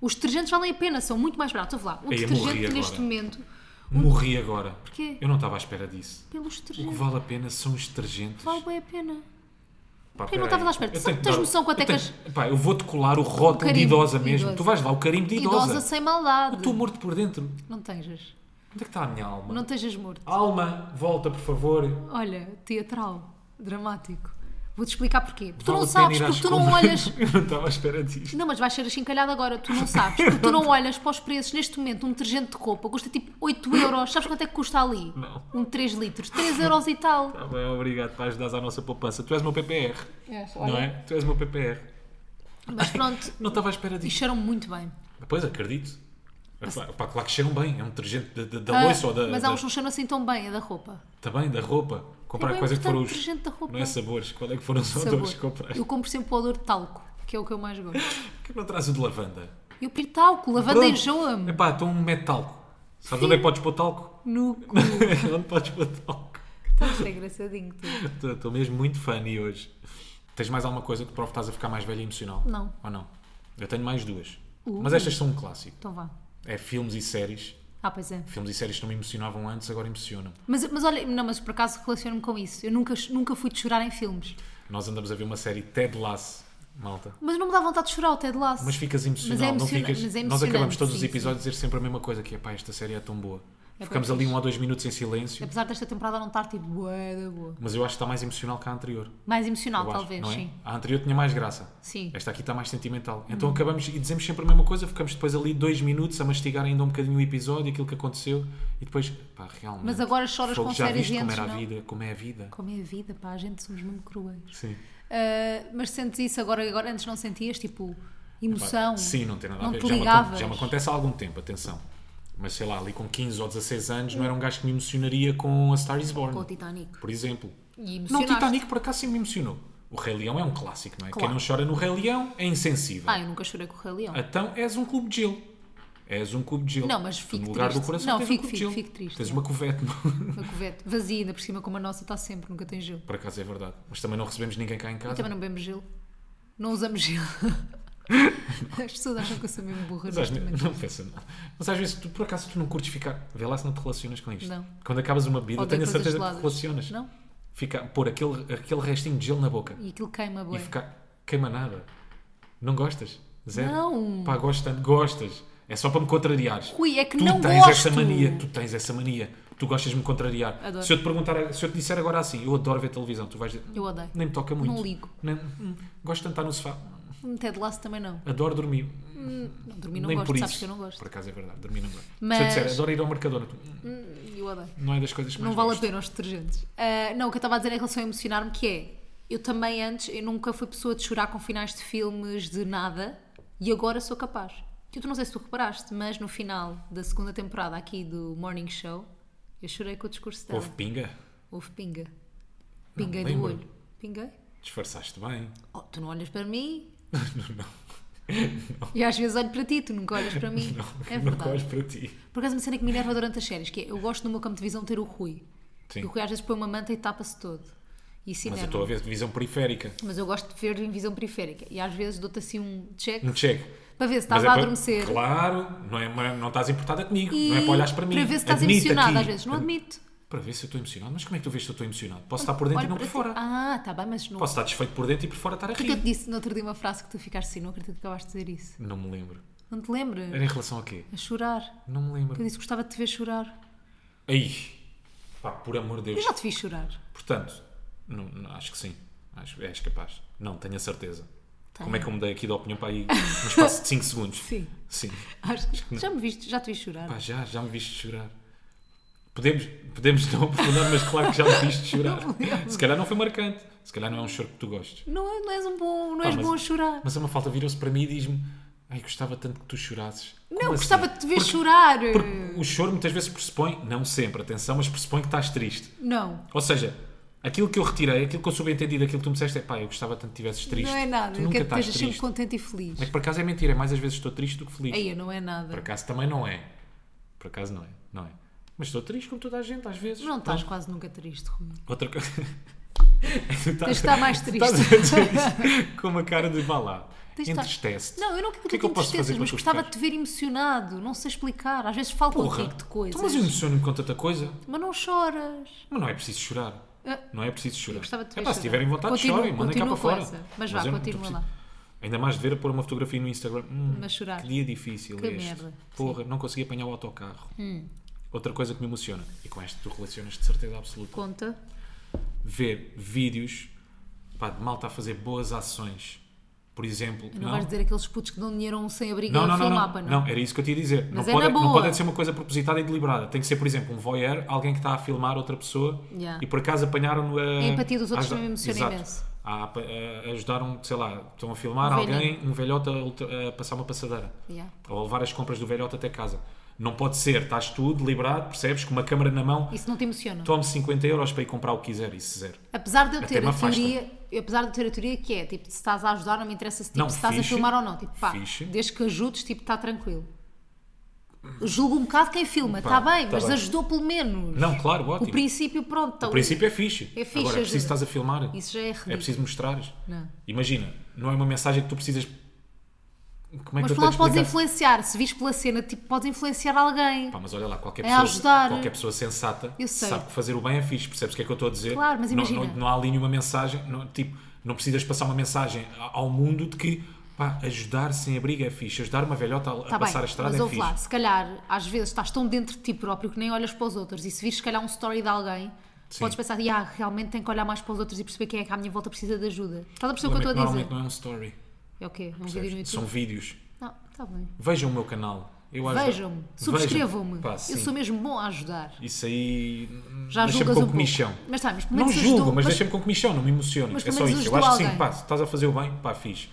[SPEAKER 2] Os detergentes valem a pena, são muito mais baratos. Vou lá, um
[SPEAKER 1] Ei, eu morri
[SPEAKER 2] detergente
[SPEAKER 1] agora.
[SPEAKER 2] neste momento,
[SPEAKER 1] Morri agora.
[SPEAKER 2] um- Porquê?
[SPEAKER 1] Eu não estava à espera disso.
[SPEAKER 2] pelos
[SPEAKER 1] O que
[SPEAKER 2] detergentes,
[SPEAKER 1] vale a pena são os detergentes.
[SPEAKER 2] vale bem a pena.
[SPEAKER 1] Pá,
[SPEAKER 2] Eu não
[SPEAKER 1] peraí.
[SPEAKER 2] estava lá à espera.
[SPEAKER 1] Eu
[SPEAKER 2] Tu
[SPEAKER 1] tenho que
[SPEAKER 2] tens
[SPEAKER 1] dar-
[SPEAKER 2] noção quanto
[SPEAKER 1] eu
[SPEAKER 2] é que
[SPEAKER 1] tenho- Pá, eu vou-te colar o rótulo de
[SPEAKER 2] carimbo
[SPEAKER 1] idosa
[SPEAKER 2] de
[SPEAKER 1] mesmo.
[SPEAKER 2] idosa.
[SPEAKER 1] Tu vais lá, o carimbo de
[SPEAKER 2] Idosa,
[SPEAKER 1] idosa.
[SPEAKER 2] sem maldade.
[SPEAKER 1] Estou morto por dentro. Onde
[SPEAKER 2] Não tejas,
[SPEAKER 1] é que está a minha alma?
[SPEAKER 2] não tejas morto.
[SPEAKER 1] Alma, volta, por favor.
[SPEAKER 2] Olha, teatral, dramático. Vou-te explicar porquê. Porque tu
[SPEAKER 1] Vale
[SPEAKER 2] não
[SPEAKER 1] a pena
[SPEAKER 2] sabes,
[SPEAKER 1] ir às
[SPEAKER 2] porque tu não
[SPEAKER 1] compras.
[SPEAKER 2] olhas...
[SPEAKER 1] Eu não estava à espera disto.
[SPEAKER 2] Não, mas vais ser achincalhado agora, tu não sabes, porque tu não olhas para os preços. Neste momento, um detergente de roupa custa tipo 8 euros. Sabes quanto é que custa ali?
[SPEAKER 1] Não.
[SPEAKER 2] Um de 3 litros, 3 euros e tal.
[SPEAKER 1] Tá bem, obrigado, para ajudares à nossa poupança. Tu és o meu PPR.
[SPEAKER 2] É, só
[SPEAKER 1] não
[SPEAKER 2] olha.
[SPEAKER 1] é? Tu és o meu PPR.
[SPEAKER 2] Mas pronto,
[SPEAKER 1] Não estava à espera
[SPEAKER 2] e
[SPEAKER 1] disto.
[SPEAKER 2] cheiram muito bem.
[SPEAKER 1] Pois, acredito. É pá, pá, claro que cheiram bem. É um detergente da, da, da
[SPEAKER 2] Ah,
[SPEAKER 1] louça ou da,
[SPEAKER 2] mas
[SPEAKER 1] da,
[SPEAKER 2] há uns que não cheiram assim tão bem, é da roupa.
[SPEAKER 1] também da roupa. Comprar
[SPEAKER 2] É bem
[SPEAKER 1] quais é que foram
[SPEAKER 2] importante,
[SPEAKER 1] os.
[SPEAKER 2] detergente da roupa.
[SPEAKER 1] Não é sabores. Qual é que foram os
[SPEAKER 2] Sabor.
[SPEAKER 1] odores que compraste?
[SPEAKER 2] Eu compro sempre o odor de talco, que é o que eu mais gosto.
[SPEAKER 1] Por que não traz o de lavanda?
[SPEAKER 2] Eu prefiro talco, lavanda
[SPEAKER 1] Pronto.
[SPEAKER 2] enjoa-me.
[SPEAKER 1] Epá, então mete talco. Sabes onde é que podes pôr talco?
[SPEAKER 2] No cu.
[SPEAKER 1] onde podes pôr talco?
[SPEAKER 2] Estás a Tá, é engraçadinho, tipo. tu.
[SPEAKER 1] Estou- Estou mesmo muito funny hoje. Tens mais alguma coisa que prove que estás a ficar mais velha e emocional?
[SPEAKER 2] Não. Uh.
[SPEAKER 1] Ou não? Eu tenho mais duas.
[SPEAKER 2] Ui.
[SPEAKER 1] Mas estas são um clássico.
[SPEAKER 2] Então vá.
[SPEAKER 1] É filmes e séries.
[SPEAKER 2] Ah, pois é.
[SPEAKER 1] Filmes e séries que não me emocionavam antes, agora emocionam.
[SPEAKER 2] Mas, mas olha, não, mas por acaso relaciono-me com isso. Eu nunca, nunca fui de chorar em filmes.
[SPEAKER 1] Nós andamos a ver uma série Ted Lasso, malta.
[SPEAKER 2] Mas não me dá vontade de chorar o Ted Lasso.
[SPEAKER 1] Mas ficas emocional,
[SPEAKER 2] Mas é
[SPEAKER 1] não
[SPEAKER 2] emociona-
[SPEAKER 1] ficas.
[SPEAKER 2] mas é
[SPEAKER 1] Nós acabamos
[SPEAKER 2] emocionante,
[SPEAKER 1] todos
[SPEAKER 2] sim,
[SPEAKER 1] os
[SPEAKER 2] sim.
[SPEAKER 1] episódios a dizer sempre a mesma coisa: que é pá, esta série é tão boa.
[SPEAKER 2] É
[SPEAKER 1] Ficamos
[SPEAKER 2] bem
[SPEAKER 1] ali
[SPEAKER 2] fixe.
[SPEAKER 1] um ou dois minutos em silêncio,
[SPEAKER 2] Tipo, Apesar desta temporada não estar tipo bué da boa.
[SPEAKER 1] mas eu acho que está mais emocional que a anterior.
[SPEAKER 2] Mais emocional,
[SPEAKER 1] eu acho,
[SPEAKER 2] talvez,
[SPEAKER 1] não é?
[SPEAKER 2] sim.
[SPEAKER 1] A anterior tinha mais graça.
[SPEAKER 2] Sim. Uhum.
[SPEAKER 1] Esta aqui está mais sentimental. Então acabamos e dizemos sempre a mesma coisa, ficamos depois ali dois minutos a mastigar ainda um bocadinho o episódio, aquilo que aconteceu, e depois, pá, realmente.
[SPEAKER 2] Mas agora choras
[SPEAKER 1] fogo,
[SPEAKER 2] com
[SPEAKER 1] já
[SPEAKER 2] sérias
[SPEAKER 1] viste como
[SPEAKER 2] dentes,
[SPEAKER 1] era a
[SPEAKER 2] não?
[SPEAKER 1] vida, como é a vida.
[SPEAKER 2] Como é a vida, pá, a gente somos mesmo cruéis.
[SPEAKER 1] Sim.
[SPEAKER 2] Ah, mas sentes isso agora, agora antes não sentias, tipo, emoção?
[SPEAKER 1] Pá, Sim, não tem nada a ver.
[SPEAKER 2] Não te
[SPEAKER 1] Já me, acon-
[SPEAKER 2] ligavas?
[SPEAKER 1] já é me acontece há algum tempo, atenção. Mas sei lá, ali com 15 ou 16 anos não era um gajo que me emocionaria com a Star is Born.
[SPEAKER 2] Com o Titanic.
[SPEAKER 1] Por exemplo.
[SPEAKER 2] E
[SPEAKER 1] Não, o
[SPEAKER 2] emocionaste.
[SPEAKER 1] Titanic por acaso sempre me emocionou. O Rei Leão é um clássico, não é?
[SPEAKER 2] Claro.
[SPEAKER 1] Quem não chora no Rei Leão é insensível.
[SPEAKER 2] Ah, eu nunca chorei com o Rei Leão.
[SPEAKER 1] Então és um clube de gelo. És um clube de gelo.
[SPEAKER 2] Não, mas
[SPEAKER 1] Tu,
[SPEAKER 2] fico
[SPEAKER 1] No lugar
[SPEAKER 2] triste.
[SPEAKER 1] do coração
[SPEAKER 2] Não,
[SPEAKER 1] tens
[SPEAKER 2] fico-
[SPEAKER 1] um clube de
[SPEAKER 2] fico-
[SPEAKER 1] gelo.
[SPEAKER 2] fico triste,
[SPEAKER 1] Tens
[SPEAKER 2] é.
[SPEAKER 1] uma covete. não?
[SPEAKER 2] Uma covete vazia, ainda por cima, como a nossa está sempre, nunca tem gelo.
[SPEAKER 1] por acaso é verdade. Mas também não recebemos ninguém cá em casa.
[SPEAKER 2] Também não bebemos gelo. Não usamos gelo. As pessoas acham que eu sou mesmo burra.
[SPEAKER 1] Mas às
[SPEAKER 2] neste
[SPEAKER 1] vezes,
[SPEAKER 2] momento.
[SPEAKER 1] não pensa nada. Mas às vezes, tu, por acaso, tu não curtes ficar. Vê lá se não te relacionas com isto.
[SPEAKER 2] Não.
[SPEAKER 1] Quando acabas uma bebida,
[SPEAKER 2] Odeio
[SPEAKER 1] tenho a
[SPEAKER 2] coisas
[SPEAKER 1] certeza que te
[SPEAKER 2] geladas.
[SPEAKER 1] relacionas.
[SPEAKER 2] Não?
[SPEAKER 1] Fica, pôr aquele, aquele restinho de gelo na boca
[SPEAKER 2] E aquilo queima
[SPEAKER 1] e
[SPEAKER 2] bué.
[SPEAKER 1] ficar. Queima nada. Não gostas? Zero?
[SPEAKER 2] Não.
[SPEAKER 1] Pá, gosta, gostas. É só para me contrariares.
[SPEAKER 2] Rui, é que
[SPEAKER 1] tu
[SPEAKER 2] não
[SPEAKER 1] tens
[SPEAKER 2] gosto.
[SPEAKER 1] essa mania. Tu tens essa mania. Tu gostas de me contrariar.
[SPEAKER 2] Adoro.
[SPEAKER 1] Se eu te perguntar, se eu te disser agora assim, eu adoro ver televisão, tu vais dizer.
[SPEAKER 2] Eu odeio.
[SPEAKER 1] Nem me toca muito.
[SPEAKER 2] Não ligo.
[SPEAKER 1] Nem- hum, gosto de estar no sofá.
[SPEAKER 2] Um Ted Lasso também não.
[SPEAKER 1] Adoro dormir.
[SPEAKER 2] Hum. não dormir não
[SPEAKER 1] Nem
[SPEAKER 2] gosto,
[SPEAKER 1] por
[SPEAKER 2] sabes
[SPEAKER 1] isso.
[SPEAKER 2] que eu não gosto.
[SPEAKER 1] Por acaso é verdade, dormir não gosto. Se eu
[SPEAKER 2] Mas-
[SPEAKER 1] disser, adoro ir ao Mercadona, tu, hum,
[SPEAKER 2] Hum, Eu odeio.
[SPEAKER 1] não é das coisas que mais
[SPEAKER 2] Não vale a
[SPEAKER 1] gosto.
[SPEAKER 2] pena os detergentes. Ah, não, o que eu estava a dizer em relação a emocionar-me que é, eu também antes, eu nunca fui pessoa de chorar com finais de filmes de nada e agora sou capaz. Eu tu não sei se tu reparaste, mas no final da segunda temporada aqui do Morning Show, eu chorei com o discurso dela.
[SPEAKER 1] Houve pinga?
[SPEAKER 2] Houve pinga. Pinguei do
[SPEAKER 1] lembro.
[SPEAKER 2] olho. Pinguei?
[SPEAKER 1] Disfarçaste bem.
[SPEAKER 2] Oh, tu não olhas para mim
[SPEAKER 1] não, não.
[SPEAKER 2] e às vezes olho para ti, tu nunca olhas para mim. é
[SPEAKER 1] não gosto
[SPEAKER 2] verdade.
[SPEAKER 1] para ti.
[SPEAKER 2] Por acaso uma cena que me enerva durante as séries, que é, eu gosto no meu campo de visão ter o Rui.
[SPEAKER 1] Sim.
[SPEAKER 2] E o Rui às vezes põe uma manta e tapa-se todo. E isso
[SPEAKER 1] Mas eu
[SPEAKER 2] enerva.
[SPEAKER 1] estou a ver visão periférica.
[SPEAKER 2] Mas eu gosto de ver em visão periférica e às vezes dou-te assim um check
[SPEAKER 1] Um check.
[SPEAKER 2] para ver se
[SPEAKER 1] Mas
[SPEAKER 2] estás
[SPEAKER 1] é
[SPEAKER 2] a
[SPEAKER 1] para-
[SPEAKER 2] adormecer.
[SPEAKER 1] Claro, não, é, mas não estás importada comigo.
[SPEAKER 2] E
[SPEAKER 1] Não é para olhares para mim.
[SPEAKER 2] ver se estás
[SPEAKER 1] Admite
[SPEAKER 2] emocionado
[SPEAKER 1] aqui. É
[SPEAKER 2] às vezes. Não admito.
[SPEAKER 1] Para ver se eu estou emocionado. Mas como é que tu vês se eu estou emocionado? Posso estar por dentro
[SPEAKER 2] Olho
[SPEAKER 1] e então não
[SPEAKER 2] para
[SPEAKER 1] por
[SPEAKER 2] ti.
[SPEAKER 1] fora.
[SPEAKER 2] Ah, tá bem, mas não.
[SPEAKER 1] Posso estar desfeito por dentro e por fora estar a
[SPEAKER 2] Porquê que eu te
[SPEAKER 1] rir.
[SPEAKER 2] disse no outro dia uma frase que tu ficaste assim? Não acredito que acabaste de dizer isso.
[SPEAKER 1] Não me lembro.
[SPEAKER 2] Não te lembras?
[SPEAKER 1] Era em relação a quê?
[SPEAKER 2] A chorar.
[SPEAKER 1] Não me lembro.
[SPEAKER 2] Eu disse que gostava de te ver chorar.
[SPEAKER 1] Aí. Pá, por amor de
[SPEAKER 2] Eu
[SPEAKER 1] Deus.
[SPEAKER 2] já te vi chorar.
[SPEAKER 1] Portanto, não, não, acho que sim. Acho, és capaz. Não, tenho a certeza.
[SPEAKER 2] Tenho.
[SPEAKER 1] Como é que eu mudei aqui de opinião para aí no espaço de 5 segundos?
[SPEAKER 2] Tá. Sim.
[SPEAKER 1] Sim.
[SPEAKER 2] Acho que já me viste, já te vi chorar.
[SPEAKER 1] Pá, já, já me viste chorar. Podemos, podemos não aprofundar, mas claro que já me viste chorar. Se calhar não foi marcante. Se calhar não é um choro que tu gostes.
[SPEAKER 2] Não, é- não és um bom, não és
[SPEAKER 1] mas-
[SPEAKER 2] bom a chorar.
[SPEAKER 1] Mas a Mafalda virou-se para mim e diz-me Ai, gostava tanto que tu chorasses.
[SPEAKER 2] Não,
[SPEAKER 1] Como
[SPEAKER 2] gostava
[SPEAKER 1] assim?
[SPEAKER 2] de te ver
[SPEAKER 1] Porque-
[SPEAKER 2] chorar.
[SPEAKER 1] Porque o choro muitas vezes pressupõe, não sempre, atenção, mas pressupõe que estás triste.
[SPEAKER 2] Não.
[SPEAKER 1] Ou seja, aquilo que eu retirei, aquilo que eu subentendi daquilo que tu me disseste é pá, eu gostava tanto que estivesses triste.
[SPEAKER 2] Não é nada.
[SPEAKER 1] Tu
[SPEAKER 2] Eu
[SPEAKER 1] nunca
[SPEAKER 2] quero que
[SPEAKER 1] estás
[SPEAKER 2] estejas sempre
[SPEAKER 1] triste.
[SPEAKER 2] contente e feliz.
[SPEAKER 1] É que por acaso é mentira, é mais às vezes estou triste do que feliz.
[SPEAKER 2] Aí, não é
[SPEAKER 1] Por
[SPEAKER 2] nada.
[SPEAKER 1] acaso também não é. Por acaso não é, não é. Mas estou triste como toda a gente, às vezes.
[SPEAKER 2] Não estás
[SPEAKER 1] Mas-
[SPEAKER 2] quase nunca triste, Rui.
[SPEAKER 1] Outra coisa. Tu estás-
[SPEAKER 2] Tens de estar mais
[SPEAKER 1] tu
[SPEAKER 2] triste.
[SPEAKER 1] estás a dizer isso com uma cara de vá lá.
[SPEAKER 2] Tens de estar-
[SPEAKER 1] Entristece-te.
[SPEAKER 2] Não, eu não
[SPEAKER 1] O
[SPEAKER 2] quero
[SPEAKER 1] que
[SPEAKER 2] que
[SPEAKER 1] é que
[SPEAKER 2] tu
[SPEAKER 1] eu
[SPEAKER 2] te
[SPEAKER 1] posso fazer
[SPEAKER 2] entristeças,
[SPEAKER 1] para
[SPEAKER 2] mas
[SPEAKER 1] tu
[SPEAKER 2] gostava de
[SPEAKER 1] ficares?
[SPEAKER 2] te ver emocionado. Não sei explicar. Às vezes falo
[SPEAKER 1] Porra.
[SPEAKER 2] contigo de coisas.
[SPEAKER 1] Então, mas eu emociono-me com tanta coisa.
[SPEAKER 2] Mas não choras.
[SPEAKER 1] Mas não é preciso chorar.
[SPEAKER 2] Ah.
[SPEAKER 1] Não é preciso chorar.
[SPEAKER 2] Eu gostava de te
[SPEAKER 1] é
[SPEAKER 2] ver
[SPEAKER 1] pá, se
[SPEAKER 2] chorar.
[SPEAKER 1] tiverem vontade,
[SPEAKER 2] Continua-
[SPEAKER 1] chorem, mandem cá
[SPEAKER 2] continua
[SPEAKER 1] para
[SPEAKER 2] com
[SPEAKER 1] fora.
[SPEAKER 2] essa. Mas vá,
[SPEAKER 1] eu não-
[SPEAKER 2] continua
[SPEAKER 1] não
[SPEAKER 2] lá.
[SPEAKER 1] preciso. Ainda mais de ver a pôr uma fotografia no Instagram. Hum,
[SPEAKER 2] Mas chorar.
[SPEAKER 1] Que dia difícil
[SPEAKER 2] Que
[SPEAKER 1] este.
[SPEAKER 2] merda. Hum.
[SPEAKER 1] Porra, não consegui apanhar o autocarro. Outra coisa que me emociona, e com esta tu relacionas de certeza absoluta,
[SPEAKER 2] Conta.
[SPEAKER 1] ver vídeos pá, de malta a fazer boas ações. Por exemplo, é um
[SPEAKER 2] Não, vais dizer aqueles putos que dão dinheiro a um sem abrigo
[SPEAKER 1] não,
[SPEAKER 2] e
[SPEAKER 1] não,
[SPEAKER 2] um
[SPEAKER 1] não, não,
[SPEAKER 2] mapa, não.
[SPEAKER 1] não, era isso que eu te ia dizer. não,
[SPEAKER 2] Mas é
[SPEAKER 1] pode,
[SPEAKER 2] na
[SPEAKER 1] não
[SPEAKER 2] boa.
[SPEAKER 1] pode ser uma coisa propositada e deliberada. Tem que ser, por exemplo, um voyeur, alguém que está a filmar outra pessoa
[SPEAKER 2] Yeah. É
[SPEAKER 1] e por acaso apanharam-no a.
[SPEAKER 2] A empatia dos outros
[SPEAKER 1] a-
[SPEAKER 2] também me emociona
[SPEAKER 1] Exato.
[SPEAKER 2] imenso.
[SPEAKER 1] A, a- a- ajudaram, sei lá, estão a filmar
[SPEAKER 2] Um
[SPEAKER 1] alguém, um velhote a, ultra- a passar uma passadeira.
[SPEAKER 2] Yeah.
[SPEAKER 1] Ou a levar as compras do velhote até casa. Não pode ser, estás tu deliberado, percebes, com uma câmera na mão,
[SPEAKER 2] Isso não te emociona.
[SPEAKER 1] tome 50 euros para ir comprar o que quiser, isso zero.
[SPEAKER 2] Apesar de eu
[SPEAKER 1] Até
[SPEAKER 2] ter
[SPEAKER 1] me
[SPEAKER 2] a
[SPEAKER 1] afasta.
[SPEAKER 2] teoria, apesar de eu ter a teoria que é, tipo, se estás a ajudar, não me interessa se, tipo,
[SPEAKER 1] Não,
[SPEAKER 2] se estás
[SPEAKER 1] fixe.
[SPEAKER 2] a filmar ou não. Tipo, pá,
[SPEAKER 1] Fixe.
[SPEAKER 2] desde que ajudes, tipo, está tranquilo. Julgo um bocado quem filma,
[SPEAKER 1] Pá,
[SPEAKER 2] está bem,
[SPEAKER 1] tá
[SPEAKER 2] mas
[SPEAKER 1] bem.
[SPEAKER 2] ajudou pelo menos.
[SPEAKER 1] Não, claro,
[SPEAKER 2] O
[SPEAKER 1] ótimo.
[SPEAKER 2] princípio, pronto. tá-
[SPEAKER 1] O princípio é fixe.
[SPEAKER 2] É
[SPEAKER 1] Agora
[SPEAKER 2] fixe,
[SPEAKER 1] é preciso
[SPEAKER 2] ajuda.
[SPEAKER 1] estás a filmar.
[SPEAKER 2] Isso já é ridículo.
[SPEAKER 1] É preciso mostrares.
[SPEAKER 2] Não.
[SPEAKER 1] Imagina, não é uma mensagem que tu precisas. Como é
[SPEAKER 2] Mas
[SPEAKER 1] que eu
[SPEAKER 2] por lá
[SPEAKER 1] tenho de
[SPEAKER 2] podes
[SPEAKER 1] explicar?
[SPEAKER 2] influenciar. Se vis pela cena, tipo, podes influenciar alguém.
[SPEAKER 1] Pá, mas olha lá, qualquer
[SPEAKER 2] É
[SPEAKER 1] pessoa,
[SPEAKER 2] ajudar.
[SPEAKER 1] qualquer pessoa sensata
[SPEAKER 2] Eu sei.
[SPEAKER 1] sabe que fazer o bem é fixe, percebes o que é que eu estou a dizer?
[SPEAKER 2] Claro, mas
[SPEAKER 1] Não-
[SPEAKER 2] imagina.
[SPEAKER 1] Não, não há ali nenhuma mensagem, não, tipo, não precisas passar uma mensagem a- ao mundo de que Pá, ajudar sem abrigo é fixe. Ajudar uma velhota a, a
[SPEAKER 2] Tá
[SPEAKER 1] passar
[SPEAKER 2] bem,
[SPEAKER 1] a estrada
[SPEAKER 2] mas
[SPEAKER 1] é
[SPEAKER 2] ouve
[SPEAKER 1] fixe.
[SPEAKER 2] lá, se calhar às vezes estás tão dentro de ti próprio que nem olhas para os outros e se vires se calhar um story de alguém,
[SPEAKER 1] Sim.
[SPEAKER 2] podes pensar, ah, realmente tenho que olhar mais para os outros e perceber quem é que à minha volta precisa de ajuda. Estás a perceber o
[SPEAKER 1] Lamento,
[SPEAKER 2] que eu estou a dizer?
[SPEAKER 1] Normalmente não é um story.
[SPEAKER 2] É o quê? É um vídeo no
[SPEAKER 1] percebes?
[SPEAKER 2] YouTube?
[SPEAKER 1] São vídeos.
[SPEAKER 2] Não, está bem.
[SPEAKER 1] Vejam o meu canal. Eu ajudo-
[SPEAKER 2] Vejam-me,
[SPEAKER 1] Vejam.
[SPEAKER 2] subscrevam-me.
[SPEAKER 1] Pá,
[SPEAKER 2] Eu
[SPEAKER 1] sim.
[SPEAKER 2] sou mesmo bom a ajudar.
[SPEAKER 1] Isso aí.
[SPEAKER 2] Já
[SPEAKER 1] deixa-me
[SPEAKER 2] julgas
[SPEAKER 1] com
[SPEAKER 2] um pouco.
[SPEAKER 1] comichão.
[SPEAKER 2] Mas tá, mas pelo
[SPEAKER 1] Não
[SPEAKER 2] menos
[SPEAKER 1] julgo,
[SPEAKER 2] ajudou-
[SPEAKER 1] mas, deixa-me com comichão, não me emociono.
[SPEAKER 2] Mas
[SPEAKER 1] É
[SPEAKER 2] pelo
[SPEAKER 1] só
[SPEAKER 2] menos
[SPEAKER 1] isso. Eu
[SPEAKER 2] ajudou
[SPEAKER 1] acho que sim,
[SPEAKER 2] alguém.
[SPEAKER 1] pá, se estás a fazer o bem, pá, fiz.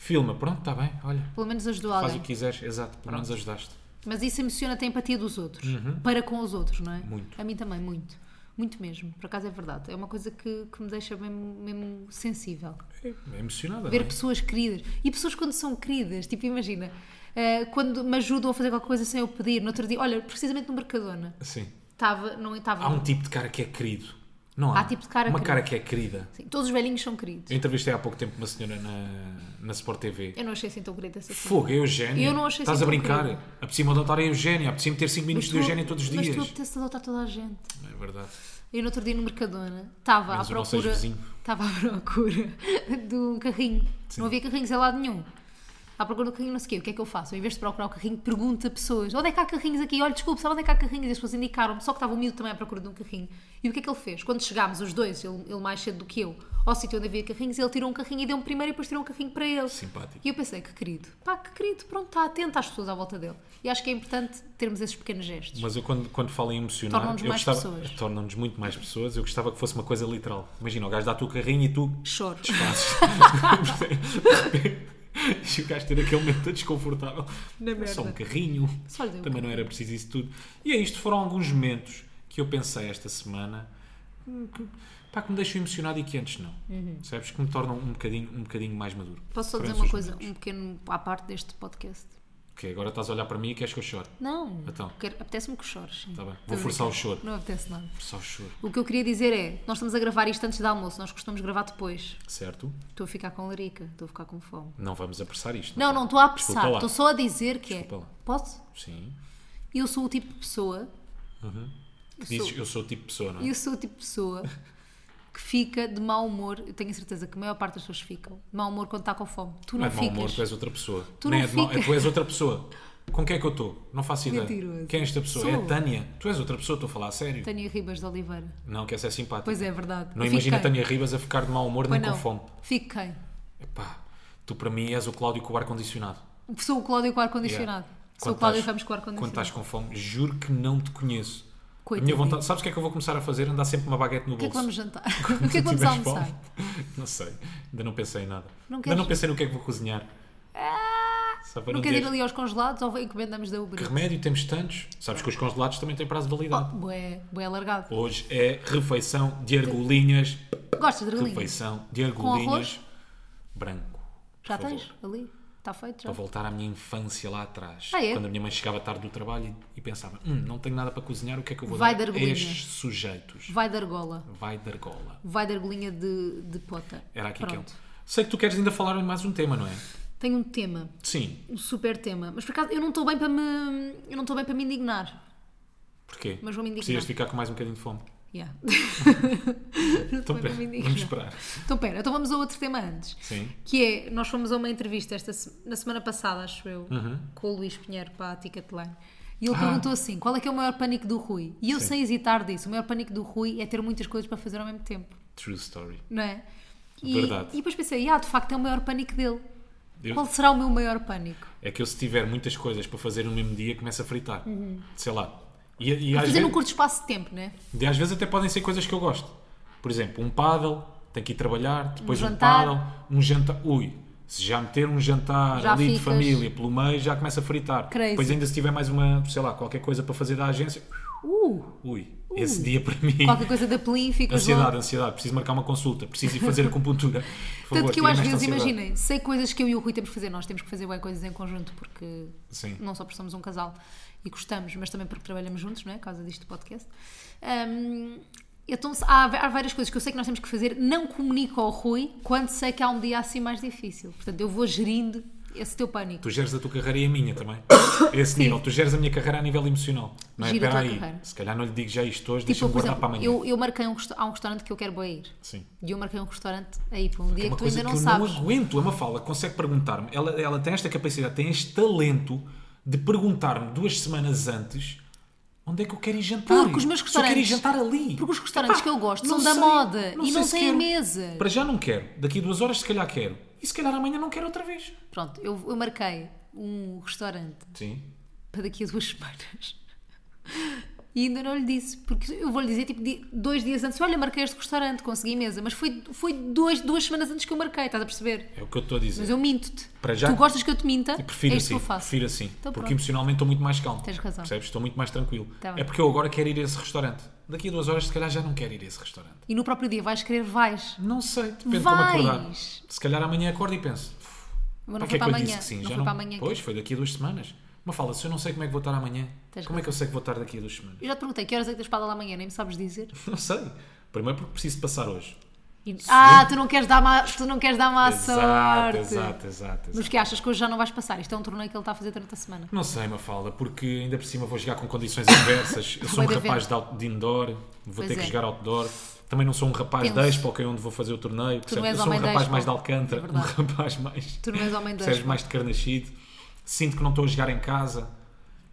[SPEAKER 1] Filma, pronto, está bem, olha.
[SPEAKER 2] Pelo menos ajudou
[SPEAKER 1] Faz
[SPEAKER 2] alguém.
[SPEAKER 1] o que quiseres, exato, pelo menos ajudaste.
[SPEAKER 2] Mas isso emociona-te a empatia dos outros. Para com os outros, não é?
[SPEAKER 1] Uhum. Muito.
[SPEAKER 2] A mim também, muito. Muito mesmo. Por acaso é verdade. É uma coisa que, que me deixa mesmo, mesmo sensível.
[SPEAKER 1] É emocionada,
[SPEAKER 2] Ver
[SPEAKER 1] não é?
[SPEAKER 2] pessoas queridas. E pessoas quando são queridas, tipo, imagina, eh, quando me ajudam a fazer qualquer coisa sem eu pedir, no outro dia, olha, precisamente no Mercadona,
[SPEAKER 1] Sim.
[SPEAKER 2] estava, não estava.
[SPEAKER 1] Há um tipo de cara que é querido. Não há?
[SPEAKER 2] Há tipo de cara
[SPEAKER 1] Uma
[SPEAKER 2] querido.
[SPEAKER 1] cara que é querida.
[SPEAKER 2] Sim, todos os velhinhos são queridos.
[SPEAKER 1] Eu entrevistei há pouco tempo uma senhora na, na Sport TV.
[SPEAKER 2] Eu não achei assim tão querida essa senhora.
[SPEAKER 1] Fogo, é Eugénia.
[SPEAKER 2] Eu não achei
[SPEAKER 1] Estás
[SPEAKER 2] assim
[SPEAKER 1] a
[SPEAKER 2] tão
[SPEAKER 1] brincar.
[SPEAKER 2] querida.
[SPEAKER 1] Apetecia-me adotar a é Eugénia. Apetecia-me ter 5 minutos de
[SPEAKER 2] tu-
[SPEAKER 1] Eugénia todos os
[SPEAKER 2] Mas
[SPEAKER 1] dias.
[SPEAKER 2] tu apetece adotar toda a gente.
[SPEAKER 1] É verdade.
[SPEAKER 2] Eu no outro dia no Mercadona estava à
[SPEAKER 1] Menos o nosso
[SPEAKER 2] procura.
[SPEAKER 1] ex-vizinho.
[SPEAKER 2] Estava à procura de um carrinho. Não havia carrinhos em lado nenhum. À procura do carrinho, não sei o quê. O que é que eu faço? Em vez de procurar o carrinho, pergunto a pessoas: onde é que há carrinhos aqui? Olha, desculpe, sabe onde é que há carrinhos? E as pessoas indicaram-me, só que estava o miúdo também à procura de um carrinho. E o que é que ele fez? Quando chegámos os dois, ele, ele mais cedo do que eu, ao sítio onde havia carrinhos, ele tirou um carrinho e deu-me primeiro e depois tirou um carrinho para ele.
[SPEAKER 1] Simpático.
[SPEAKER 2] E eu pensei: que querido, pá, que querido, pronto, está atento às pessoas à volta dele. E acho que é importante termos esses pequenos gestos.
[SPEAKER 1] Mas eu quando, quando falo em emocionar,
[SPEAKER 2] Tornam-nos
[SPEAKER 1] eu
[SPEAKER 2] mais
[SPEAKER 1] gostava,
[SPEAKER 2] pessoas.
[SPEAKER 1] tornam-nos muito mais pessoas. Eu gostava que fosse uma coisa literal. Imagina, o gajo dá-te o carrinho e tu
[SPEAKER 2] Choro.
[SPEAKER 1] fazes. e o gajo ter aquele momento desconfortável.
[SPEAKER 2] Na
[SPEAKER 1] É Só
[SPEAKER 2] merda.
[SPEAKER 1] um carrinho.
[SPEAKER 2] Só lhe dei um
[SPEAKER 1] Também não era preciso isso tudo. E é isto, foram alguns momentos que eu pensei esta semana hum, que, pá, que me deixam emocionado e que antes não. Sabes? Que me tornam um bocadinho, um bocadinho mais maduro.
[SPEAKER 2] Uhum. Posso só dizer
[SPEAKER 1] Foram
[SPEAKER 2] uma
[SPEAKER 1] esses
[SPEAKER 2] coisa,
[SPEAKER 1] momentos.
[SPEAKER 2] um pequeno à parte deste podcast?
[SPEAKER 1] Ok, agora estás a olhar para mim e queres que eu chore.
[SPEAKER 2] Não.
[SPEAKER 1] Então.
[SPEAKER 2] Quero- Apetece-me que chores. sim.
[SPEAKER 1] Tá bem.
[SPEAKER 2] Estou
[SPEAKER 1] Vou
[SPEAKER 2] a
[SPEAKER 1] forçar o
[SPEAKER 2] brincar.
[SPEAKER 1] choro.
[SPEAKER 2] Não apetece nada.
[SPEAKER 1] Só choro.
[SPEAKER 2] O que eu queria dizer é: nós estamos a gravar isto antes de almoço, nós costumamos gravar depois.
[SPEAKER 1] Certo?
[SPEAKER 2] Estou a ficar com larica, estou a ficar com fome.
[SPEAKER 1] Não é? vamos apressar isto.
[SPEAKER 2] Não, não estou a apressar,
[SPEAKER 1] Desculpa lá.
[SPEAKER 2] estou só a dizer que é.
[SPEAKER 1] Desculpa lá.
[SPEAKER 2] Posso?
[SPEAKER 1] Sim.
[SPEAKER 2] Eu sou o tipo de pessoa. Eu sou-
[SPEAKER 1] Dizes, eu sou o tipo de pessoa, não é?
[SPEAKER 2] Eu sou o tipo de pessoa que fica de mau humor. Eu tenho a certeza que a maior parte das pessoas ficam de mau humor quando está com fome. Tu
[SPEAKER 1] Não
[SPEAKER 2] não,
[SPEAKER 1] é de mau
[SPEAKER 2] ficas.
[SPEAKER 1] humor, tu és outra pessoa.
[SPEAKER 2] Tu
[SPEAKER 1] Nem
[SPEAKER 2] não
[SPEAKER 1] é de mau,
[SPEAKER 2] ficas.
[SPEAKER 1] é, tu és outra pessoa. Com quem é que eu estou? Não faço ideia.
[SPEAKER 2] Mentiroso.
[SPEAKER 1] Quem é esta pessoa?
[SPEAKER 2] Sou.
[SPEAKER 1] É a Tânia. Tu és outra pessoa, estou a falar a sério.
[SPEAKER 2] Tânia Ribas de Oliveira.
[SPEAKER 1] Não, que essa é simpática.
[SPEAKER 2] Pois é, é verdade.
[SPEAKER 1] Não
[SPEAKER 2] Eu
[SPEAKER 1] imagina a
[SPEAKER 2] fiquei.
[SPEAKER 1] Tânia Ribas a ficar de mau humor
[SPEAKER 2] Pois
[SPEAKER 1] nem
[SPEAKER 2] não.
[SPEAKER 1] com fome.
[SPEAKER 2] Fiquem.
[SPEAKER 1] Epá, tu para mim és o Cláudio com o ar-condicionado.
[SPEAKER 2] Sou o Cláudio com o ar-condicionado.
[SPEAKER 1] Yeah.
[SPEAKER 2] Sou
[SPEAKER 1] Quando
[SPEAKER 2] o Cláudio
[SPEAKER 1] estás-
[SPEAKER 2] Ramos com o
[SPEAKER 1] Quando
[SPEAKER 2] ar-condicionado.
[SPEAKER 1] estás com fome, juro que não te conheço. a minha
[SPEAKER 2] Coitadinho.
[SPEAKER 1] vontade, sabes o que é que eu vou começar a fazer? Andar sempre uma baguete no
[SPEAKER 2] O que é
[SPEAKER 1] bolso.
[SPEAKER 2] que vamos jantar? o que é que vamos
[SPEAKER 1] Tiveres fome?
[SPEAKER 2] almoçar?
[SPEAKER 1] Não sei, ainda não pensei em nada.
[SPEAKER 2] Não
[SPEAKER 1] ainda
[SPEAKER 2] queres- Ah,
[SPEAKER 1] não pensei no que é que vou cozinhar. Só para um
[SPEAKER 2] Não
[SPEAKER 1] não
[SPEAKER 2] quer
[SPEAKER 1] dizer
[SPEAKER 2] ir ali aos congelados ou encomendamos da
[SPEAKER 1] que
[SPEAKER 2] Uber?
[SPEAKER 1] remédio temos tantos. Sabes que os congelados também têm prazo de
[SPEAKER 2] Oh,
[SPEAKER 1] validade.
[SPEAKER 2] bué, bué alargado.
[SPEAKER 1] Hoje é refeição de argolinhas.
[SPEAKER 2] Gostas de argolinhas?
[SPEAKER 1] Refeição de argolinhas
[SPEAKER 2] arroz?
[SPEAKER 1] branco. por
[SPEAKER 2] Já
[SPEAKER 1] favor.
[SPEAKER 2] tens? Ali? Está feito já?
[SPEAKER 1] Para voltar à minha infância lá atrás.
[SPEAKER 2] Ah, é?
[SPEAKER 1] Quando a minha mãe chegava tarde do trabalho e, e pensava: "Hum, não tenho nada para cozinhar, o que é que eu vou
[SPEAKER 2] Vai de
[SPEAKER 1] dar a
[SPEAKER 2] argolinha.
[SPEAKER 1] estes sujeitos?
[SPEAKER 2] Vai de argola.
[SPEAKER 1] Vai de argola.
[SPEAKER 2] Vai de argolinha de, de pota.
[SPEAKER 1] Era aqui
[SPEAKER 2] Pronto.
[SPEAKER 1] que eu. Sei que tu queres ainda falar em mais um tema, não é?
[SPEAKER 2] Tenho um tema.
[SPEAKER 1] Sim.
[SPEAKER 2] Um super tema. Mas por acaso eu não estou bem para me. Eu não estou bem para me indignar.
[SPEAKER 1] Porquê?
[SPEAKER 2] Mas vou-me indignar.
[SPEAKER 1] Precisas ficar com mais um bocadinho de fome.
[SPEAKER 2] Yeah. não
[SPEAKER 1] Então,
[SPEAKER 2] estou bem para
[SPEAKER 1] pera,
[SPEAKER 2] me indignar.
[SPEAKER 1] vamos esperar.
[SPEAKER 2] Então pera, então vamos a outro tema antes.
[SPEAKER 1] Sim.
[SPEAKER 2] Que é, nós fomos a uma entrevista esta, se- na semana passada, acho eu, com o Luís Pinheiro para a Ticketline. E ele
[SPEAKER 1] Uhum. Ah.
[SPEAKER 2] perguntou assim: qual é que é o maior pânico do Rui? E eu, sem hesitar, disse: o maior pânico do Rui é ter muitas coisas para fazer ao mesmo tempo,
[SPEAKER 1] True story.
[SPEAKER 2] não é? E,
[SPEAKER 1] Verdade.
[SPEAKER 2] E depois pensei: ah, de facto é o maior pânico dele.
[SPEAKER 1] Eu-
[SPEAKER 2] Qual será o meu maior pânico?
[SPEAKER 1] é que eu, se tiver muitas coisas para fazer no mesmo dia, começo a fritar. Sei lá. E, e às,
[SPEAKER 2] Uhum. Fazer num
[SPEAKER 1] vezes,
[SPEAKER 2] curto espaço de tempo, não é?
[SPEAKER 1] e às vezes até podem ser coisas que eu gosto. Por exemplo, um paddle, tenho que ir trabalhar, depois um,
[SPEAKER 2] jantar.
[SPEAKER 1] paddle, um jantar. Ui, se já meter um jantar
[SPEAKER 2] Já
[SPEAKER 1] ali de
[SPEAKER 2] ficas.
[SPEAKER 1] família pelo meio, já começa a fritar.
[SPEAKER 2] Crazy.
[SPEAKER 1] Depois, ainda se tiver mais uma, sei lá, qualquer coisa para fazer da agência,
[SPEAKER 2] Uh,
[SPEAKER 1] ui, esse dia para mim.
[SPEAKER 2] qualquer coisa da Plin fica
[SPEAKER 1] Ansiedade, ansiedade, preciso marcar uma consulta, preciso ir fazer acupuntura. Por
[SPEAKER 2] Tanto
[SPEAKER 1] favor,
[SPEAKER 2] que eu às
[SPEAKER 1] tira-me esta
[SPEAKER 2] vezes,
[SPEAKER 1] ansiedade.
[SPEAKER 2] imaginem, sei coisas que eu e o Rui temos que fazer, nós temos que fazer bem coisas em conjunto porque
[SPEAKER 1] Sim.
[SPEAKER 2] não só porque somos um casal e gostamos, mas também porque trabalhamos juntos, não é? Por causa disto do podcast. Hum, então se- há, há várias coisas que eu sei que nós temos que fazer, não comunico ao Rui quando sei que há um dia assim mais difícil. Portanto, eu vou gerindo Esse teu pânico.
[SPEAKER 1] Tu geres a tua carreira e a minha também. Esse nível. Tu geres a minha carreira a nível emocional. Não é?
[SPEAKER 2] Gira a
[SPEAKER 1] Espera
[SPEAKER 2] tua
[SPEAKER 1] aí.
[SPEAKER 2] carreira.
[SPEAKER 1] Se calhar não lhe digo já isto hoje,
[SPEAKER 2] Tipo,
[SPEAKER 1] deixa-me
[SPEAKER 2] por
[SPEAKER 1] guardar para
[SPEAKER 2] exemplo,
[SPEAKER 1] amanhã.
[SPEAKER 2] eu, eu marquei um, resta- há um restaurante que eu quero bué ir.
[SPEAKER 1] Sim.
[SPEAKER 2] E eu marquei um restaurante aí para um
[SPEAKER 1] É
[SPEAKER 2] dia que
[SPEAKER 1] uma
[SPEAKER 2] tu
[SPEAKER 1] coisa
[SPEAKER 2] ainda
[SPEAKER 1] que
[SPEAKER 2] não
[SPEAKER 1] eu
[SPEAKER 2] sabes.
[SPEAKER 1] não aguento. A Mafalda consegue perguntar-me. Ela, ela tem esta capacidade, tem este talento de perguntar-me duas semanas antes onde é que eu quero ir jantar.
[SPEAKER 2] Porque Ah, os meus
[SPEAKER 1] Se eu quero ir
[SPEAKER 2] restaurantes-
[SPEAKER 1] jantar ali.
[SPEAKER 2] Porque os restaurantes
[SPEAKER 1] Epá,
[SPEAKER 2] que eu gosto
[SPEAKER 1] não
[SPEAKER 2] são da
[SPEAKER 1] sei,
[SPEAKER 2] moda e
[SPEAKER 1] sei
[SPEAKER 2] não
[SPEAKER 1] se
[SPEAKER 2] têm
[SPEAKER 1] quero.
[SPEAKER 2] mesas.
[SPEAKER 1] Para já não quero. Daqui a duas horas se calhar quero. E se calhar amanhã não quero outra vez.
[SPEAKER 2] Pronto, eu, eu marquei um restaurante
[SPEAKER 1] Sim.
[SPEAKER 2] para daqui a duas semanas. E ainda não lhe disse, porque eu vou lhe dizer tipo di- dois dias antes: olha, marquei este restaurante, consegui mesa, mas foi, foi dois, duas semanas antes que eu marquei, estás a perceber?
[SPEAKER 1] É o que eu estou a dizer.
[SPEAKER 2] Mas eu minto-te.
[SPEAKER 1] Para já-
[SPEAKER 2] Tu gostas que eu te minta?
[SPEAKER 1] E prefiro
[SPEAKER 2] é isto
[SPEAKER 1] assim,
[SPEAKER 2] que eu faço.
[SPEAKER 1] prefiro assim.
[SPEAKER 2] Então
[SPEAKER 1] porque
[SPEAKER 2] pronto.
[SPEAKER 1] emocionalmente estou muito mais calmo.
[SPEAKER 2] Tens razão.
[SPEAKER 1] Percebes? Estou muito mais tranquilo.
[SPEAKER 2] Tá bem.
[SPEAKER 1] é porque eu agora quero ir a esse restaurante. Daqui a duas horas, se calhar, já não quero ir a esse restaurante.
[SPEAKER 2] E no próprio dia vais querer, vais.
[SPEAKER 1] Não sei, depende
[SPEAKER 2] Vais!
[SPEAKER 1] de como acordar. Se calhar amanhã acordo e penso.
[SPEAKER 2] Mas
[SPEAKER 1] "Para que
[SPEAKER 2] não foi para
[SPEAKER 1] é que eu
[SPEAKER 2] amanhã.
[SPEAKER 1] disse que sim?
[SPEAKER 2] Não
[SPEAKER 1] já
[SPEAKER 2] foi
[SPEAKER 1] não...
[SPEAKER 2] para amanhã.
[SPEAKER 1] Pois, foi daqui a duas semanas. Mas fala, se eu não sei como é que vou estar amanhã,
[SPEAKER 2] Tens
[SPEAKER 1] como é que eu sei que vou estar daqui a duas semanas?
[SPEAKER 2] Eu já te perguntei que horas é que tens para dar lá amanhã, nem me sabes dizer.
[SPEAKER 1] Não sei. Primeiro porque preciso passar hoje.
[SPEAKER 2] E- ah, tu não queres dar má, tu não queres dar má
[SPEAKER 1] exato,
[SPEAKER 2] sorte.
[SPEAKER 1] exato, exato,
[SPEAKER 2] Mas
[SPEAKER 1] exato.
[SPEAKER 2] que achas que hoje já não vais passar? Isto é um torneio que ele está a fazer durante a semana.
[SPEAKER 1] Não sei, Mafalda, porque ainda por cima vou jogar com condições adversas. Eu sou um
[SPEAKER 2] Vai haver.
[SPEAKER 1] rapaz de, out- de indoor, vou
[SPEAKER 2] Pois
[SPEAKER 1] ter que
[SPEAKER 2] é.
[SPEAKER 1] jogar outdoor. Também não sou um rapaz
[SPEAKER 2] Penso.
[SPEAKER 1] de Expo, que é onde vou fazer o torneio.
[SPEAKER 2] não
[SPEAKER 1] percebe?
[SPEAKER 2] és
[SPEAKER 1] eu sou um
[SPEAKER 2] homem de
[SPEAKER 1] rapaz
[SPEAKER 2] Expo.
[SPEAKER 1] mais de Alcântara,
[SPEAKER 2] É
[SPEAKER 1] um
[SPEAKER 2] verdade.
[SPEAKER 1] rapaz mais.
[SPEAKER 2] Tu não és homem de
[SPEAKER 1] percebes,
[SPEAKER 2] Expo.
[SPEAKER 1] mais de Carnaxide. Sinto que não estou a jogar em casa.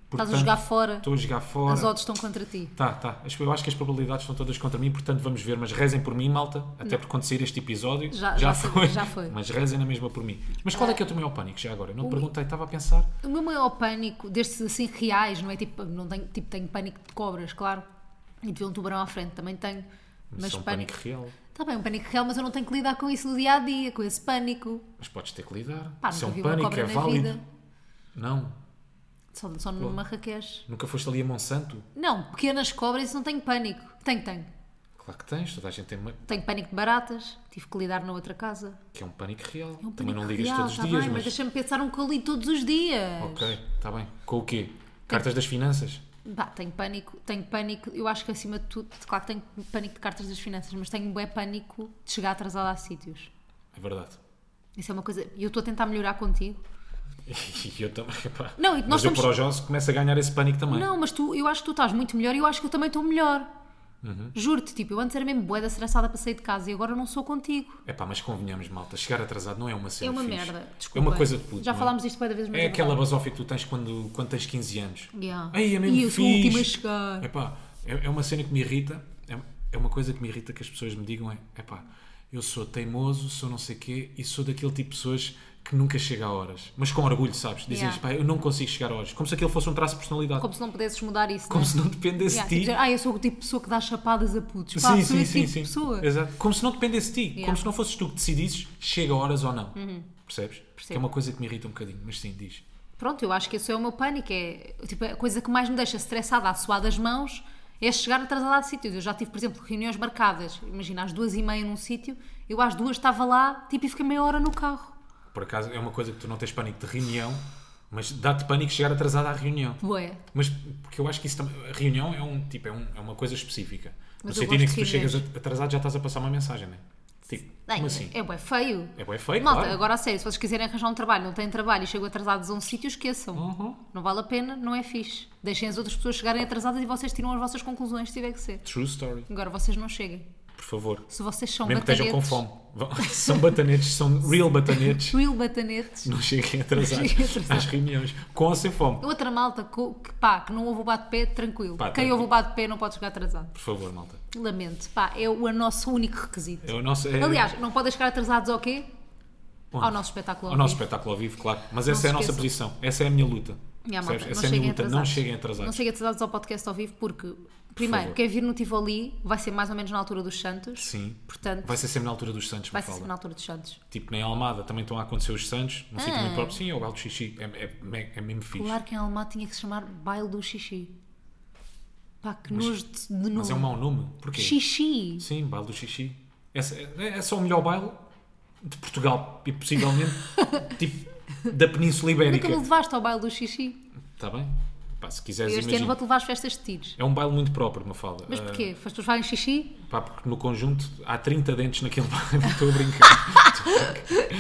[SPEAKER 2] Estás a
[SPEAKER 1] portanto,
[SPEAKER 2] jogar fora,
[SPEAKER 1] Estou a jogar fora.
[SPEAKER 2] as odds estão contra ti.
[SPEAKER 1] Tá, tá. Acho- Eu acho que as probabilidades estão todas contra mim, portanto vamos ver. Mas rezem por mim, malta. Até porque quando sair este episódio,
[SPEAKER 2] Já-
[SPEAKER 1] já,
[SPEAKER 2] já
[SPEAKER 1] foi.
[SPEAKER 2] sabemos, já foi. Ah.
[SPEAKER 1] Mas rezem na mesma por mim. Mas qual é que é o teu maior pânico já agora? Eu não te perguntei, estava a pensar.
[SPEAKER 2] O meu maior pânico, destes assim reais, não é? Tipo, não tenho, tipo, tenho pânico de cobras, claro. E de ver um tubarão à frente também tenho. Mas
[SPEAKER 1] Isso é um
[SPEAKER 2] pânico.
[SPEAKER 1] pânico real.
[SPEAKER 2] Está bem, um pânico real, mas eu não tenho que lidar com isso no dia a dia, com esse pânico.
[SPEAKER 1] Mas podes ter que lidar.
[SPEAKER 2] Pá,
[SPEAKER 1] Se
[SPEAKER 2] nunca
[SPEAKER 1] é
[SPEAKER 2] vi
[SPEAKER 1] um
[SPEAKER 2] uma
[SPEAKER 1] pânico,
[SPEAKER 2] cobra
[SPEAKER 1] é
[SPEAKER 2] na
[SPEAKER 1] válido.
[SPEAKER 2] vida.
[SPEAKER 1] Não.
[SPEAKER 2] Só, só no Marrakech.
[SPEAKER 1] Nunca foste ali a Monsanto?
[SPEAKER 2] Não, pequenas cobras, isso não tenho pânico. Tenho, tenho.
[SPEAKER 1] Claro que tens, toda a gente tem uma-
[SPEAKER 2] Tenho pânico de baratas, tive que lidar na outra casa.
[SPEAKER 1] que é um pânico real.
[SPEAKER 2] É um
[SPEAKER 1] Também
[SPEAKER 2] pânico
[SPEAKER 1] não ligas
[SPEAKER 2] real,
[SPEAKER 1] todos os
[SPEAKER 2] tá
[SPEAKER 1] dias,
[SPEAKER 2] bem, mas
[SPEAKER 1] mas.
[SPEAKER 2] deixa-me pensar um que eu lido todos os dias.
[SPEAKER 1] Ok, está bem. Com o quê? Cartas das finanças?
[SPEAKER 2] Pá, tenho pânico, tenho pânico, eu acho que acima de tudo, claro que tenho pânico de cartas das finanças, mas tenho bué pânico de chegar atrasada a sítios.
[SPEAKER 1] É verdade.
[SPEAKER 2] Isso é uma coisa, e eu estou a tentar melhorar contigo.
[SPEAKER 1] E eu também, pá.
[SPEAKER 2] Não, e
[SPEAKER 1] mas
[SPEAKER 2] nós
[SPEAKER 1] eu
[SPEAKER 2] estamos-
[SPEAKER 1] para os jogos começo a ganhar esse pânico também.
[SPEAKER 2] Não, mas tu, eu acho que tu estás muito melhor e eu acho que eu também estou melhor.
[SPEAKER 1] Uhum.
[SPEAKER 2] Juro-te, tipo, eu antes era mesmo bué da estressada para sair de casa e agora eu não sou contigo.
[SPEAKER 1] É pá, mas convenhamos, malta, chegar atrasado não é uma cena
[SPEAKER 2] é uma
[SPEAKER 1] fixe.
[SPEAKER 2] merda,
[SPEAKER 1] É
[SPEAKER 2] desculpa.
[SPEAKER 1] uma coisa de puto.
[SPEAKER 2] Já
[SPEAKER 1] não é?
[SPEAKER 2] falámos disto bué da vez, mas
[SPEAKER 1] É aquela
[SPEAKER 2] verdade.
[SPEAKER 1] basófia que tu tens quando, quando tens 15 anos.
[SPEAKER 2] Yeah.
[SPEAKER 1] Ei, é mesmo
[SPEAKER 2] E eu sou a
[SPEAKER 1] fixe.
[SPEAKER 2] última a chegar.
[SPEAKER 1] Epá, é, é uma cena que me irrita. É, é uma coisa que me irrita que as pessoas me digam é, epá, eu sou teimoso, sou não sei quê e sou daquele tipo de pessoas que nunca chega a horas. Mas com orgulho, sabes? Dizem,
[SPEAKER 2] Yeah.
[SPEAKER 1] pá, eu não consigo chegar a horas. Como se aquilo fosse um traço de personalidade. Como,
[SPEAKER 2] Como se não pudesses mudar isso, não é?
[SPEAKER 1] se não dependesse
[SPEAKER 2] Yeah,
[SPEAKER 1] de ti.
[SPEAKER 2] tipo dizer, ah, eu sou o tipo de pessoa que dá chapadas a putos. Pá, sou esse tipo de pessoa.
[SPEAKER 1] Exato. Como se não dependesse de ti,
[SPEAKER 2] Yeah. Uhum.
[SPEAKER 1] como se não fosses tu que decidisses chega a horas ou não. Percebes? Que
[SPEAKER 2] Percebo.
[SPEAKER 1] é uma coisa que me irrita um bocadinho, mas sim, diz.
[SPEAKER 2] Pronto, eu acho que esse é o meu pânico. É tipo, a coisa que mais me deixa estressada, a suar das mãos, é chegar atrasada a sítios. Eu já tive, por exemplo, reuniões marcadas. Imagina, às duas e meia num sítio, eu às duas estava lá, tipo, e fiquei meia hora no carro.
[SPEAKER 1] Por acaso é uma coisa que tu não tens pânico de reunião, mas dá-te pânico chegar atrasado à reunião.
[SPEAKER 2] Ué,
[SPEAKER 1] Mas porque eu acho que isso também. A reunião é, um, tipo, é, um- é uma coisa específica.
[SPEAKER 2] Mas
[SPEAKER 1] no
[SPEAKER 2] eu
[SPEAKER 1] sentido em que
[SPEAKER 2] gosto
[SPEAKER 1] se tu
[SPEAKER 2] de reuniões.
[SPEAKER 1] chegas atrasado já estás a passar uma mensagem, não é? Tipo,
[SPEAKER 2] Bem,
[SPEAKER 1] como assim?
[SPEAKER 2] é bué feio.
[SPEAKER 1] É bué feio,
[SPEAKER 2] Malta,
[SPEAKER 1] claro.
[SPEAKER 2] agora a sério, se vocês quiserem arranjar um trabalho, não têm trabalho e chegam atrasados a um sítio, esqueçam.
[SPEAKER 1] Uhum.
[SPEAKER 2] Não vale a pena, não é fixe. Deixem as outras pessoas chegarem atrasadas e vocês tiram as vossas conclusões, se tiver que ser.
[SPEAKER 1] True story,
[SPEAKER 2] Agora vocês não cheguem.
[SPEAKER 1] por favor.
[SPEAKER 2] Se vocês são
[SPEAKER 1] Mesmo que estejam com
[SPEAKER 2] batanetes-
[SPEAKER 1] fome. Vão- São batanetes, são real batanetes.
[SPEAKER 2] Will Batanetes.
[SPEAKER 1] Não cheguem atrasados
[SPEAKER 2] Cheguem atrasados.
[SPEAKER 1] às reuniões. Com ou sem fome.
[SPEAKER 2] Outra malta co- que, pá, que não ouve o bate-pé, tranquilo.
[SPEAKER 1] Pá,
[SPEAKER 2] Quem
[SPEAKER 1] tranquilo.
[SPEAKER 2] ouve o bate-pé não pode chegar atrasado.
[SPEAKER 1] Por favor, malta.
[SPEAKER 2] Lamento. Pá, é o o nosso único requisito.
[SPEAKER 1] É o nosso, é-
[SPEAKER 2] Aliás, não podem chegar atrasados ao quê?
[SPEAKER 1] Onde?
[SPEAKER 2] Ao nosso espetáculo.
[SPEAKER 1] Ao nosso espetáculo ao vivo, claro. Mas essa
[SPEAKER 2] se
[SPEAKER 1] é a nossa
[SPEAKER 2] esqueçam.
[SPEAKER 1] posição. Essa é a minha luta.
[SPEAKER 2] Yeah,
[SPEAKER 1] Percebes?
[SPEAKER 2] malta,
[SPEAKER 1] essa é a minha luta. Não cheguem atrasados.
[SPEAKER 2] Não cheguem atrasados ao podcast ao vivo porque, primeiro,
[SPEAKER 1] favor.
[SPEAKER 2] quem vir no Tivoli vai ser mais ou menos na altura dos Santos.
[SPEAKER 1] Sim.
[SPEAKER 2] Portanto,
[SPEAKER 1] Vai ser sempre na altura dos Santos,
[SPEAKER 2] vai
[SPEAKER 1] me
[SPEAKER 2] ser
[SPEAKER 1] fala.
[SPEAKER 2] sempre na altura dos Santos.
[SPEAKER 1] Tipo, na Almada também estão a acontecer os Santos. Não sei
[SPEAKER 2] Ah.
[SPEAKER 1] também próprio. Sim, é o Galo do Xixi. É, é, é, é mesmo fixe.
[SPEAKER 2] Claro que em Almada tinha que se chamar Baile do Xixi. Pá, que nojo de, de nome.
[SPEAKER 1] Mas é um mau nome. Porquê?
[SPEAKER 2] Xixi.
[SPEAKER 1] Sim, Baile do Xixi. Essa- É, é só o melhor baile de Portugal. E possivelmente, tipo, da Península
[SPEAKER 2] Nunca
[SPEAKER 1] Ibérica.
[SPEAKER 2] me levaste ao Baile do Xixi.
[SPEAKER 1] Está bem? Pá, se quiseres,
[SPEAKER 2] Eu este ano
[SPEAKER 1] imagina.
[SPEAKER 2] vou-te levar às festas de tiros.
[SPEAKER 1] É um baile muito próprio, me fala.
[SPEAKER 2] Mas porquê? Foste tu levar em xixi?
[SPEAKER 1] Pá, porque no conjunto há 30 dentes naquele baile. Estou a brincar.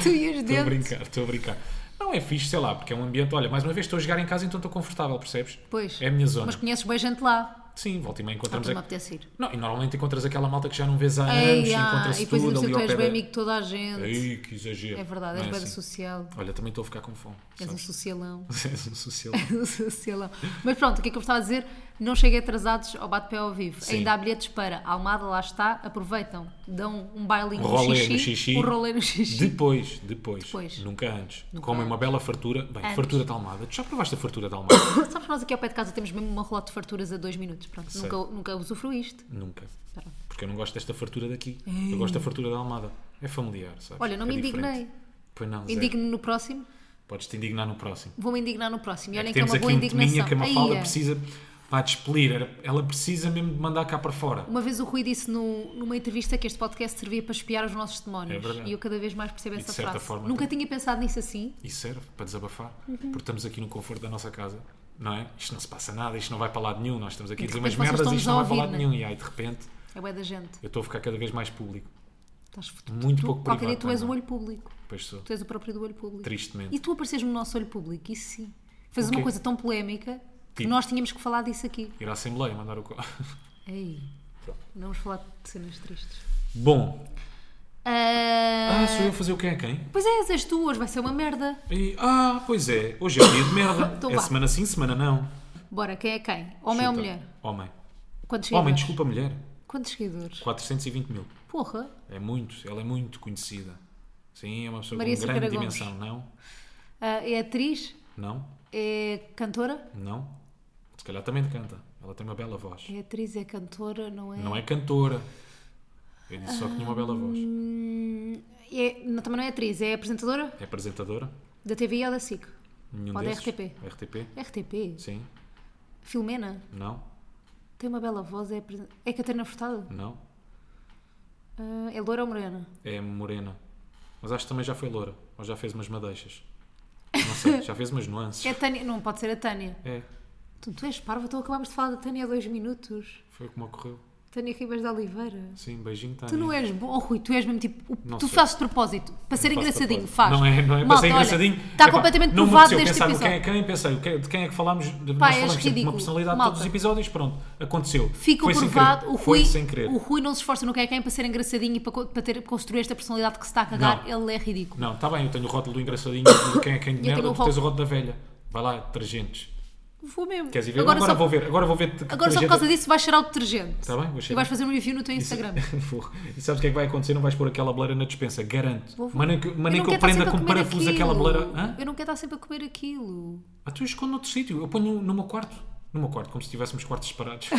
[SPEAKER 2] Tu e os
[SPEAKER 1] Estou a
[SPEAKER 2] dentes?
[SPEAKER 1] brincar, estou a brincar. Não é fixe, sei lá, porque é um ambiente. Olha, mais uma vez estou a jogar em casa, então estou confortável, percebes?
[SPEAKER 2] Pois.
[SPEAKER 1] É a minha zona.
[SPEAKER 2] Mas conheces bem gente lá.
[SPEAKER 1] Sim, volta e meia
[SPEAKER 2] Ah,
[SPEAKER 1] encontramos.
[SPEAKER 2] tu me
[SPEAKER 1] a-
[SPEAKER 2] apetece ir.
[SPEAKER 1] Não, e normalmente encontras aquela malta que já não vês há anos,
[SPEAKER 2] Ei, ah,
[SPEAKER 1] encontra-se
[SPEAKER 2] e depois ainda
[SPEAKER 1] tudo ali
[SPEAKER 2] por cima tu
[SPEAKER 1] ao
[SPEAKER 2] és
[SPEAKER 1] pé
[SPEAKER 2] bem
[SPEAKER 1] da...
[SPEAKER 2] amigo de toda a gente.
[SPEAKER 1] Ei, que exagero.
[SPEAKER 2] É verdade,
[SPEAKER 1] Não
[SPEAKER 2] és bem
[SPEAKER 1] assim.
[SPEAKER 2] social.
[SPEAKER 1] Olha, também estou a ficar com fome.
[SPEAKER 2] És um
[SPEAKER 1] sabes?
[SPEAKER 2] socialão.
[SPEAKER 1] És um social.
[SPEAKER 2] do Socialão. Mas pronto, o que é que eu estava a dizer? Não cheguei atrasados ao bate-pé ao vivo.
[SPEAKER 1] Sim.
[SPEAKER 2] Ainda há bilhetes para a Almada, lá está, aproveitam, dão um bailinho
[SPEAKER 1] Um rolê
[SPEAKER 2] no xixi,
[SPEAKER 1] no xixi.
[SPEAKER 2] um rolê no xixi.
[SPEAKER 1] Depois, depois,
[SPEAKER 2] Depois.
[SPEAKER 1] Nunca antes.
[SPEAKER 2] Nunca
[SPEAKER 1] Comem uma
[SPEAKER 2] antes.
[SPEAKER 1] bela fartura. Bem,
[SPEAKER 2] Antes.
[SPEAKER 1] fartura de almada. Tu já provaste a fartura de almada?
[SPEAKER 2] Sabes que nós aqui ao pé de casa temos mesmo uma relógio de farturas a dois minutos. Pronto,
[SPEAKER 1] Sei.
[SPEAKER 2] nunca, nunca usufruíste.
[SPEAKER 1] nunca.
[SPEAKER 2] Pronto.
[SPEAKER 1] Porque eu não gosto desta fartura daqui. Eu gosto da fartura da almada. É familiar, sabes?
[SPEAKER 2] Olha, não
[SPEAKER 1] É
[SPEAKER 2] me
[SPEAKER 1] diferente.
[SPEAKER 2] indignei.
[SPEAKER 1] Pois não, Zé.
[SPEAKER 2] Indigno-me no próximo,
[SPEAKER 1] Podes te indignar no próximo.
[SPEAKER 2] vou-me indignar no próximo. E olhem que é
[SPEAKER 1] Temos
[SPEAKER 2] uma
[SPEAKER 1] aqui
[SPEAKER 2] boa
[SPEAKER 1] um teminha
[SPEAKER 2] indignação.
[SPEAKER 1] que a Mafalda
[SPEAKER 2] Ai, é.
[SPEAKER 1] precisa para despelir. Era- Ela precisa mesmo de mandar cá para fora.
[SPEAKER 2] Uma vez o Rui disse no- numa entrevista que este podcast servia para espiar os nossos
[SPEAKER 1] É
[SPEAKER 2] demónios.
[SPEAKER 1] verdade.
[SPEAKER 2] e eu cada vez mais percebo
[SPEAKER 1] E de
[SPEAKER 2] essa
[SPEAKER 1] certa
[SPEAKER 2] frase.
[SPEAKER 1] forma
[SPEAKER 2] Nunca
[SPEAKER 1] também.
[SPEAKER 2] tinha pensado nisso assim.
[SPEAKER 1] E serve para desabafar.
[SPEAKER 2] Uhum.
[SPEAKER 1] Porque estamos aqui no conforto da nossa casa. Não é? Isto não se passa nada, isto não vai para lado nenhum. Nós estamos aqui a
[SPEAKER 2] de
[SPEAKER 1] dizer umas
[SPEAKER 2] repente vocês
[SPEAKER 1] merdas e isto não vai para
[SPEAKER 2] estão-nos a
[SPEAKER 1] lado
[SPEAKER 2] ouvir, né?
[SPEAKER 1] nenhum. E aí, de repente,
[SPEAKER 2] É bué da gente.
[SPEAKER 1] eu estou a ficar cada vez mais público.
[SPEAKER 2] Estás fudido.
[SPEAKER 1] Muito
[SPEAKER 2] Tu-
[SPEAKER 1] pouco
[SPEAKER 2] Qualquer dia
[SPEAKER 1] privado.
[SPEAKER 2] tu és o
[SPEAKER 1] também.
[SPEAKER 2] olho público.
[SPEAKER 1] Pois sou.
[SPEAKER 2] Tu és o próprio do olho público.
[SPEAKER 1] é? Tristemente.
[SPEAKER 2] E tu apareces no nosso olho público, isso sim. Fazes
[SPEAKER 1] O
[SPEAKER 2] uma
[SPEAKER 1] quê?
[SPEAKER 2] coisa tão polémica que
[SPEAKER 1] Tipo?
[SPEAKER 2] nós tínhamos que falar disso aqui.
[SPEAKER 1] Ir à Assembleia mandar o. co-
[SPEAKER 2] Ei,
[SPEAKER 1] Pronto.
[SPEAKER 2] não vamos falar de cenas tristes.
[SPEAKER 1] Bom.
[SPEAKER 2] Ah,
[SPEAKER 1] Ah, sou eu a fazer o quem é quem?
[SPEAKER 2] Pois é, és tu, hoje vai ser uma merda.
[SPEAKER 1] E- ah, pois é. Hoje é o dia de merda.
[SPEAKER 2] Então
[SPEAKER 1] é
[SPEAKER 2] vá.
[SPEAKER 1] semana sim, semana não.
[SPEAKER 2] Bora, quem é quem? Homem
[SPEAKER 1] Chuta.
[SPEAKER 2] ou mulher?
[SPEAKER 1] Homem.
[SPEAKER 2] Quantos seguidores?
[SPEAKER 1] Homem, desculpa, mulher.
[SPEAKER 2] Quantos seguidores?
[SPEAKER 1] 420 mil.
[SPEAKER 2] Porra,
[SPEAKER 1] É muito, ela é muito conhecida. Sim, é uma pessoa
[SPEAKER 2] Maria
[SPEAKER 1] com grande
[SPEAKER 2] Socorro Gomes.
[SPEAKER 1] dimensão. Não?
[SPEAKER 2] Ah, é atriz?
[SPEAKER 1] Não?
[SPEAKER 2] É cantora?
[SPEAKER 1] Não? Se calhar também canta. Ela tem uma bela voz.
[SPEAKER 2] É atriz, é cantora, não é?
[SPEAKER 1] Não é cantora. Eu disse só que tinha uma bela voz.
[SPEAKER 2] Hum, é- não, também não é atriz, é apresentadora
[SPEAKER 1] É apresentadora?
[SPEAKER 2] da TV ou da SIC?
[SPEAKER 1] Nenhum
[SPEAKER 2] Ou da
[SPEAKER 1] desses.
[SPEAKER 2] RTP.
[SPEAKER 1] RTP?
[SPEAKER 2] RTP?
[SPEAKER 1] Sim.
[SPEAKER 2] Filomena?
[SPEAKER 1] Não?
[SPEAKER 2] Tem uma bela voz, é, apresen- é Catarina Furtado?
[SPEAKER 1] Não?
[SPEAKER 2] Ah, é loira ou morena?
[SPEAKER 1] É morena. Mas acho que também já foi loura. Ou já fez umas madeixas. Não sei, já fez umas nuances.
[SPEAKER 2] É a Tânia, não pode ser a Tânia.
[SPEAKER 1] É,
[SPEAKER 2] Tu, tu és parva, então acabámos de falar da Tânia há dois minutos.
[SPEAKER 1] foi como ocorreu.
[SPEAKER 2] Tânia Ribas da Oliveira.
[SPEAKER 1] Sim, beijinho, tá, Tânia.
[SPEAKER 2] Tu não és bom, oh, Rui, tu és mesmo tipo. o-
[SPEAKER 1] Não
[SPEAKER 2] tu
[SPEAKER 1] sei.
[SPEAKER 2] fazes de propósito, para ser
[SPEAKER 1] Não faço
[SPEAKER 2] engraçadinho,
[SPEAKER 1] propósito.
[SPEAKER 2] faz.
[SPEAKER 1] Não é, não é para
[SPEAKER 2] Malta,
[SPEAKER 1] ser
[SPEAKER 2] olha,
[SPEAKER 1] engraçadinho.
[SPEAKER 2] Está
[SPEAKER 1] Epá,
[SPEAKER 2] completamente
[SPEAKER 1] não me
[SPEAKER 2] provado
[SPEAKER 1] apeteceu pensar
[SPEAKER 2] neste
[SPEAKER 1] no
[SPEAKER 2] episódio.
[SPEAKER 1] Quem é quem, pensei, o que- de quem é que falámos? de-
[SPEAKER 2] Pá,
[SPEAKER 1] nós
[SPEAKER 2] és
[SPEAKER 1] falamos sempre de uma
[SPEAKER 2] ridículo.
[SPEAKER 1] personalidade
[SPEAKER 2] Malta.
[SPEAKER 1] todos os episódios, pronto, aconteceu.
[SPEAKER 2] Ficou
[SPEAKER 1] Foi sem
[SPEAKER 2] provado,
[SPEAKER 1] querer.
[SPEAKER 2] o
[SPEAKER 1] Foi
[SPEAKER 2] Rui,
[SPEAKER 1] sem querer.
[SPEAKER 2] o Rui não se esforça no que é quem para ser engraçadinho e para, co- para ter, construir esta personalidade que se está a cagar, ele é ridículo.
[SPEAKER 1] Não, está bem, eu tenho o rótulo do engraçadinho, de quem é quem de
[SPEAKER 2] Eu tenho um
[SPEAKER 1] merda,
[SPEAKER 2] o
[SPEAKER 1] tu tens o rótulo da velha. Vai lá, detergentes.
[SPEAKER 2] Vou mesmo.
[SPEAKER 1] Queres ir ver?
[SPEAKER 2] Agora,
[SPEAKER 1] Agora,
[SPEAKER 2] só,
[SPEAKER 1] vou ver, agora vou ver. de que
[SPEAKER 2] agora só por
[SPEAKER 1] detergente-
[SPEAKER 2] causa disso vais cheirar o detergente.
[SPEAKER 1] Está Tá bem, vou
[SPEAKER 2] e
[SPEAKER 1] cheirar. é-
[SPEAKER 2] vais fazer um review no teu Instagram.
[SPEAKER 1] Porra. E sabes o que é que vai acontecer? Não vais pôr aquela bleira na dispensa, garanto.
[SPEAKER 2] Vou ver.
[SPEAKER 1] Mas nem que, mas nem
[SPEAKER 2] não
[SPEAKER 1] que eu
[SPEAKER 2] quero estar
[SPEAKER 1] prenda
[SPEAKER 2] sempre a
[SPEAKER 1] com
[SPEAKER 2] comer
[SPEAKER 1] parafuso
[SPEAKER 2] aquilo.
[SPEAKER 1] aquela bleira. Hã?
[SPEAKER 2] Eu não quero estar sempre a comer aquilo.
[SPEAKER 1] Ah, tu escondes noutro sítio. Eu ponho no meu quarto. No meu quarto, como se tivéssemos quartos separados.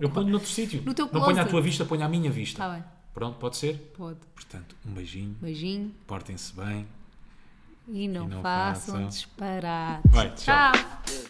[SPEAKER 1] eu ponho noutro sítio.
[SPEAKER 2] No teu
[SPEAKER 1] Não ponho à
[SPEAKER 2] closet.
[SPEAKER 1] tua vista, ponho à minha vista.
[SPEAKER 2] Está bem,
[SPEAKER 1] Pronto, pode ser?
[SPEAKER 2] pode.
[SPEAKER 1] Portanto, um beijinho.
[SPEAKER 2] Beijinho
[SPEAKER 1] Portem-se bem.
[SPEAKER 2] e não,
[SPEAKER 1] não
[SPEAKER 2] façam
[SPEAKER 1] façam.
[SPEAKER 2] disparate.
[SPEAKER 1] Vai, tchau.
[SPEAKER 2] tchau.
[SPEAKER 3] Yeah.